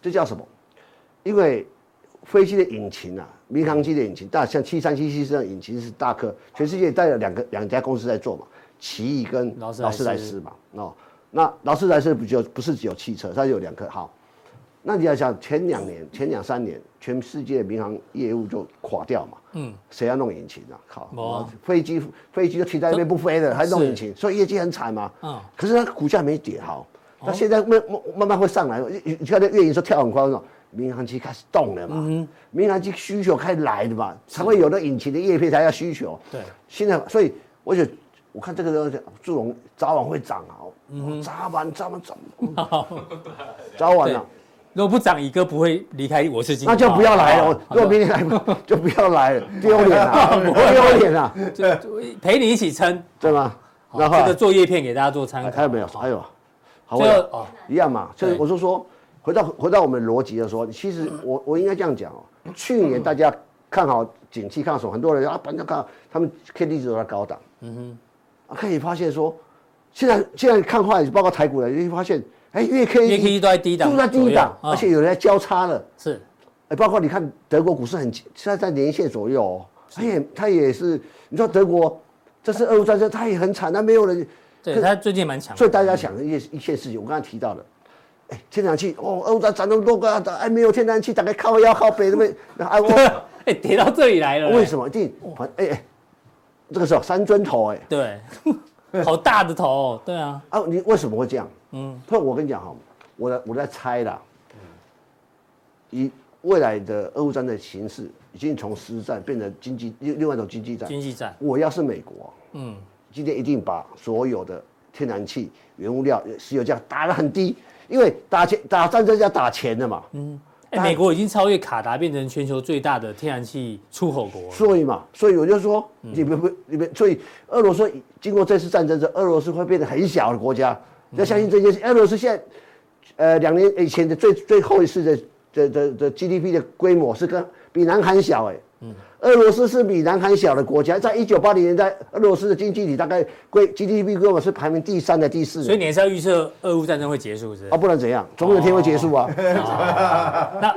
[SPEAKER 3] 这叫什么？因为飞机的引擎啊，民航机的引擎，大像七三七七这样引擎是大客，全世界带了两个两家公司在做嘛，奇异跟
[SPEAKER 1] 劳斯莱斯
[SPEAKER 3] 劳斯莱斯嘛，哦，那劳斯莱斯不就不是只有汽车，它有两颗好。那你要想前两
[SPEAKER 1] 嗯
[SPEAKER 3] 年、前两三年，全世界民航业务就垮掉嘛，嗯，谁要弄引擎啊？靠，
[SPEAKER 1] 没啊
[SPEAKER 3] 飞机飞机就停在那边不飞了，还弄引擎，所以业绩很惨嘛。
[SPEAKER 1] 嗯
[SPEAKER 3] 可是它股价没跌好，
[SPEAKER 1] 哦
[SPEAKER 3] 那现在慢慢慢慢会上来。你你你看那月营说跳很快那种，民航机开始动
[SPEAKER 1] 嗯
[SPEAKER 3] 了嘛，民航机需求开始来的嘛，才会有那引擎的叶片才要需求。
[SPEAKER 1] 对，
[SPEAKER 3] 现在所以我觉得。我看这个东西，祝融早晚会涨啊！
[SPEAKER 1] 嗯
[SPEAKER 3] 早晚早 晚早晚早晚啊！
[SPEAKER 1] 如果不涨，一个不会离开我是金，哦
[SPEAKER 3] 那就不要来了。
[SPEAKER 1] 好
[SPEAKER 3] 我
[SPEAKER 1] 不好
[SPEAKER 3] 如果明天来不，就不要来了，丢脸啊，丢脸啊，
[SPEAKER 1] 就就陪你一起撑，
[SPEAKER 3] 对吗？
[SPEAKER 1] 好
[SPEAKER 3] 然后
[SPEAKER 1] 这个做叶片给大家做参考。
[SPEAKER 3] 还哎有没有？
[SPEAKER 1] 好
[SPEAKER 3] 还有，啊好，
[SPEAKER 1] 最
[SPEAKER 3] 我
[SPEAKER 1] 后
[SPEAKER 3] 有
[SPEAKER 1] 哦，
[SPEAKER 3] 一样嘛。所以
[SPEAKER 1] 对
[SPEAKER 3] 我就说，回到回到我们逻辑的说，其实我我应该这样讲哦。去年大家看好景气，看好什么？很多人啊，反正看好他们 K D 值都在高档。嗯哼，啊，可以发现说，现在现在看坏，包括台股了，你会发现，哎，月 K
[SPEAKER 1] 月 K D 都在低档
[SPEAKER 3] 都在
[SPEAKER 1] 左
[SPEAKER 3] 低
[SPEAKER 1] 右
[SPEAKER 3] 档，
[SPEAKER 1] 啊
[SPEAKER 3] 而且有人在交叉了。
[SPEAKER 1] 是
[SPEAKER 3] 哎，包括你看德国股市很，现在在年线左右、哦，它也它也是，你说德国这次俄乌战争，它也很惨，那没有人，
[SPEAKER 1] 对
[SPEAKER 3] 可
[SPEAKER 1] 他最近蛮强的，
[SPEAKER 3] 所以大家想的一件一件事情，我刚才提到了，哎，天然气哦，俄乌战争那么多个，哎，没有天然气，大概靠腰靠北那边， 那 哎我
[SPEAKER 1] 哎跌到这里来了，
[SPEAKER 3] 为什么一定反哎哎，这个时候三尊头哎，
[SPEAKER 1] 对， 好大的头哦，对啊，
[SPEAKER 3] 啊，你为什么会这样？嗯，所以我跟你讲哈，我在我在猜啦，以未来的俄乌战争的形势，已经从实战变成经济另另外一种经济战。
[SPEAKER 1] 经济战，
[SPEAKER 3] 我要是美国，
[SPEAKER 1] 嗯，
[SPEAKER 3] 今天一定把所有的天然气、原物料、石油价打得很低，因为打钱打战争要打钱的嘛，
[SPEAKER 1] 哎，
[SPEAKER 3] 但
[SPEAKER 1] 美国已经超越卡达，变成全球最大的天然气出口国了，
[SPEAKER 3] 所以嘛，所以我就说，你们不，你们，所以俄罗斯经过这次战争之后，俄罗斯会变得很小的国家。要相信这件事，俄罗斯现在，呃，两年以前的最最后一次的的的的 GDP 的规模是跟比南韩小哎、俄罗斯是比南韩小的国家，在一九八零年代，俄罗斯的经济体大概规 GDP 规模是排名第三的第四的，
[SPEAKER 1] 所以你还是要预测俄乌战争会结束，是不是
[SPEAKER 3] 啊，？不然怎样？总有一天会结束 啊。
[SPEAKER 1] 那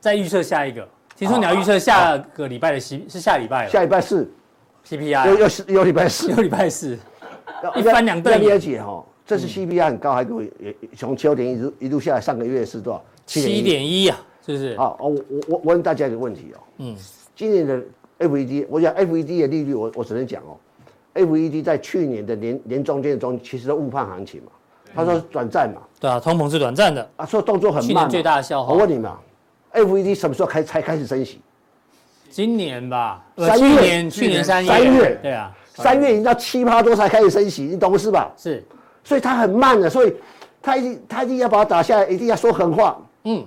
[SPEAKER 1] 再预测下一个，听说你要预测下个礼拜的 C 是下礼拜哦
[SPEAKER 3] 哦下礼拜四，又
[SPEAKER 1] CPI，
[SPEAKER 3] 又是又礼拜四
[SPEAKER 1] 又，啊礼拜四，
[SPEAKER 3] 要
[SPEAKER 1] 一翻两瞪眼嗯
[SPEAKER 3] 要了解哈，这次 CPI 很高，还给我也从九点一路一路下来，上个月是多少？
[SPEAKER 1] 七
[SPEAKER 3] 7.1。
[SPEAKER 1] 点一啊，是不是？
[SPEAKER 3] 好，哦我我我问大家一个问题哦，嗯，今年的 FED，我讲 FED 的利率，我我只能讲哦，FED 在去年的年年中间中，其实都误判行情嘛，他说转战嘛，
[SPEAKER 1] 对啊，通膨是短暂的，
[SPEAKER 3] 啊，说动作很
[SPEAKER 1] 去
[SPEAKER 3] 慢
[SPEAKER 1] 年
[SPEAKER 3] 嘛。
[SPEAKER 1] 最大的笑话
[SPEAKER 3] 我问你们啊，FED 什么时候开才开始升息？
[SPEAKER 1] 今年吧，呃
[SPEAKER 3] 三
[SPEAKER 1] 去
[SPEAKER 3] 月
[SPEAKER 1] 年去年三月，
[SPEAKER 3] 三月
[SPEAKER 1] 对啊，
[SPEAKER 3] 三月已经到七八多才开始升息，你懂是吧？
[SPEAKER 1] 是
[SPEAKER 3] 所以他很慢的，所以他一定他一定要把它打下来，一定要说狠话，
[SPEAKER 1] 嗯，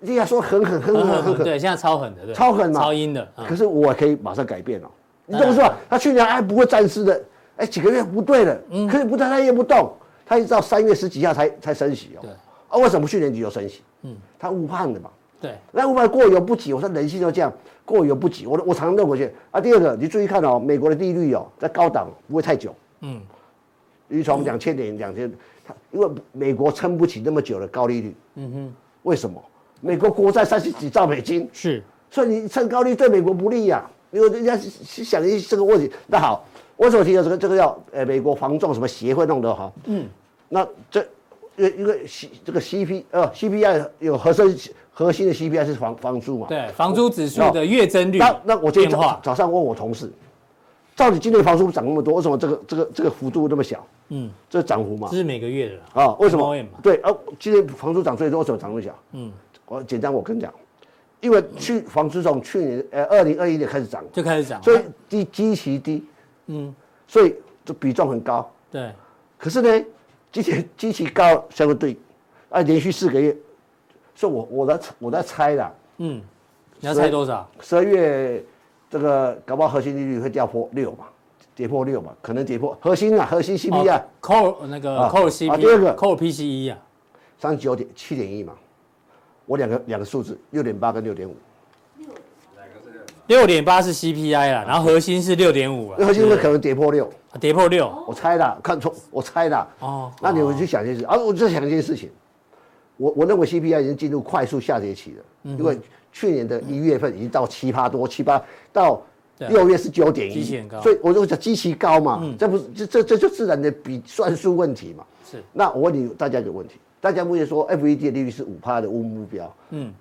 [SPEAKER 3] 一定要说狠狠狠
[SPEAKER 1] 很
[SPEAKER 3] 狠
[SPEAKER 1] 狠
[SPEAKER 3] 狠
[SPEAKER 1] 很
[SPEAKER 3] 狠。
[SPEAKER 1] 对，现在超狠的，对，
[SPEAKER 3] 超狠嘛
[SPEAKER 1] 超阴的，嗯
[SPEAKER 3] 可是我可以马上改变哦，你懂是吧？他去年还不会战士的，哎、几个月不对了，
[SPEAKER 1] 嗯
[SPEAKER 3] 可是不但他也不动，他一直到三月十几号才才升息哦。
[SPEAKER 1] 对
[SPEAKER 3] 啊，为什么去年底就升息？嗯，他误判了嘛。
[SPEAKER 1] 对，
[SPEAKER 3] 那五百过犹不及，我说人性就这样，过犹不及。我我常认回去啊。第二个，你注意看哦，美国的利率哦，在高档不会太久。
[SPEAKER 1] 嗯，
[SPEAKER 3] 你从两千年、两千，它因为美国撑不起那么久的高利率。嗯哼，为什么？美国国债三十几兆美金，
[SPEAKER 1] 是
[SPEAKER 3] 所以你趁高利对美国不利呀、因为人家是想一这个问题。那好，我所提的这个这个叫呃美国防重什么协会弄的哈。嗯。那这一一个 C 这个 CP 呃 CPI 有核心核心的 CPI 是房房租嘛？
[SPEAKER 1] 对房租指数的月增率
[SPEAKER 3] 哦那那我今天
[SPEAKER 1] 变
[SPEAKER 3] 早
[SPEAKER 1] 化，
[SPEAKER 3] 早上问我同事，照你今年房租涨那么多，为什么这个这个这个幅度那么小？嗯，这是涨幅嘛
[SPEAKER 1] 这？是每个月的啦
[SPEAKER 3] 啊，为什么
[SPEAKER 1] MOM 嘛？
[SPEAKER 3] 对，啊，今年房租涨最多，为什么涨那么小？嗯，我简单我跟你讲，因为去房租从去年呃二零二一年开始涨，
[SPEAKER 1] 就开始涨了，
[SPEAKER 3] 所以低基期低，嗯，所以这比重很高。
[SPEAKER 1] 对
[SPEAKER 3] 可是呢，今年基期高相对，啊，连续四个月，所以我我在我在猜啦，
[SPEAKER 1] 你要猜多少？
[SPEAKER 3] 十二月这个搞不好核心利率会掉破六嘛，跌破六嘛，可能跌破核心啊，核心 CPI
[SPEAKER 1] 哦 core 那个
[SPEAKER 3] 啊
[SPEAKER 1] core
[SPEAKER 3] 啊第二个
[SPEAKER 1] CP core PCE 啊，
[SPEAKER 3] 三十九点七点一嘛，我两个两个数字六点八跟六点五，
[SPEAKER 1] 六点八是 CPI 啦，然后核心是六点五啊，
[SPEAKER 3] 核心会可能跌破六，
[SPEAKER 1] 啊跌破六
[SPEAKER 3] 我猜的，看错，我猜的。
[SPEAKER 1] 哦，
[SPEAKER 3] 那你们去想一件事啊，我就想一件事情，我我认为 CPI 已经进入快速下跌期了，
[SPEAKER 1] 嗯
[SPEAKER 3] 因为去年的一月份已经到七八多，七八到
[SPEAKER 1] 对啊
[SPEAKER 3] 六月是九点
[SPEAKER 1] 基
[SPEAKER 3] 一
[SPEAKER 1] 期很高，嗯
[SPEAKER 3] 所以我就讲基期高嘛，这不是这这这就自然的比算术问题嘛。
[SPEAKER 1] 是
[SPEAKER 3] 那我问你大家一个问题，大家目前说 FED 的利率是五趴的目标，
[SPEAKER 1] 嗯，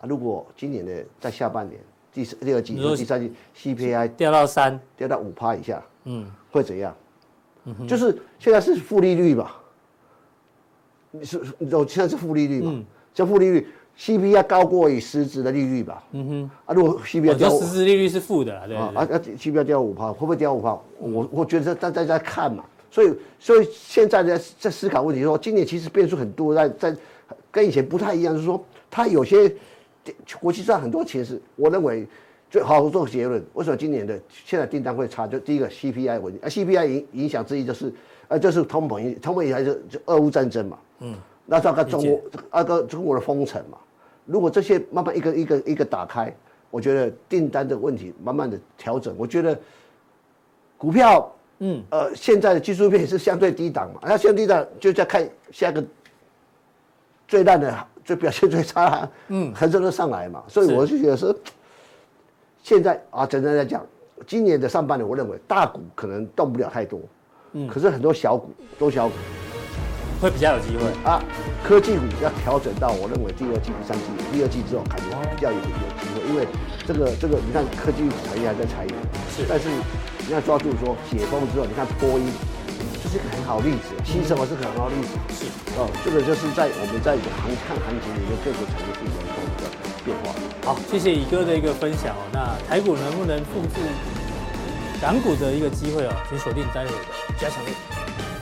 [SPEAKER 3] 啊，如果今年的在下半年第四第二季
[SPEAKER 1] 你说
[SPEAKER 3] 和第三季 CPI
[SPEAKER 1] 掉到三，
[SPEAKER 3] 掉到五趴以下，
[SPEAKER 1] 嗯，
[SPEAKER 3] 会怎样？就是现在是负利率嘛，你是我现在是负利率
[SPEAKER 1] 嗯
[SPEAKER 3] 嘛，这负利率 CPI 高过于实质的利率吧？嗯哼，啊，如果
[SPEAKER 1] 我
[SPEAKER 3] CPI
[SPEAKER 1] 哦说
[SPEAKER 3] 掉
[SPEAKER 1] 实质利率是负的啦，对
[SPEAKER 3] 啊
[SPEAKER 1] 对
[SPEAKER 3] 啊
[SPEAKER 1] 对，
[SPEAKER 3] 啊，CPI 掉五趴，会不会掉五趴？我我觉得大大家看嘛，所以所以现在在在思考问题说，今年其实变数很多，在在跟以前不太一样，就是说它有些国际上很多其实我认为最好我做个结论，为什么今年的现在订单会差？就第一个 CPI 问题，啊 CPI 影影响之一就是呃就是通膨，通膨以来就就俄乌战争嘛，嗯，那大概中
[SPEAKER 1] 理
[SPEAKER 3] 国那个中国的封城嘛，如果这些慢慢一个一个一个打开，我觉得订单的问题慢慢的调整，我觉得股票。嗯，呃，现在的技术面也是相对低档嘛，那相对低档就在看下一个最烂的、最表现最差，嗯，横着都上来嘛，所以
[SPEAKER 1] 是
[SPEAKER 3] 我就觉得说，现在啊，简单来讲，今年的上半年，我认为大股可能动不了太多，嗯，可是很多小股、中小股
[SPEAKER 1] 会比较有机会。
[SPEAKER 3] 啊，科技股要调整到我认为第二季、第三季、第二季之后，感觉比较有有机会，因为这个这个，你看科技产业还在裁员，
[SPEAKER 1] 是
[SPEAKER 3] 但是你要抓住说解封之后，你看波音，这是一个很好例子，新什么是个很好例子，
[SPEAKER 1] 是
[SPEAKER 3] 哦，这个就是在我们在行看行情里面各个产业是有一种的变化。
[SPEAKER 1] 好，谢谢乙哥的一个分享哦。那台股能不能复制港股的一个机会哦？请锁定待会的加强力。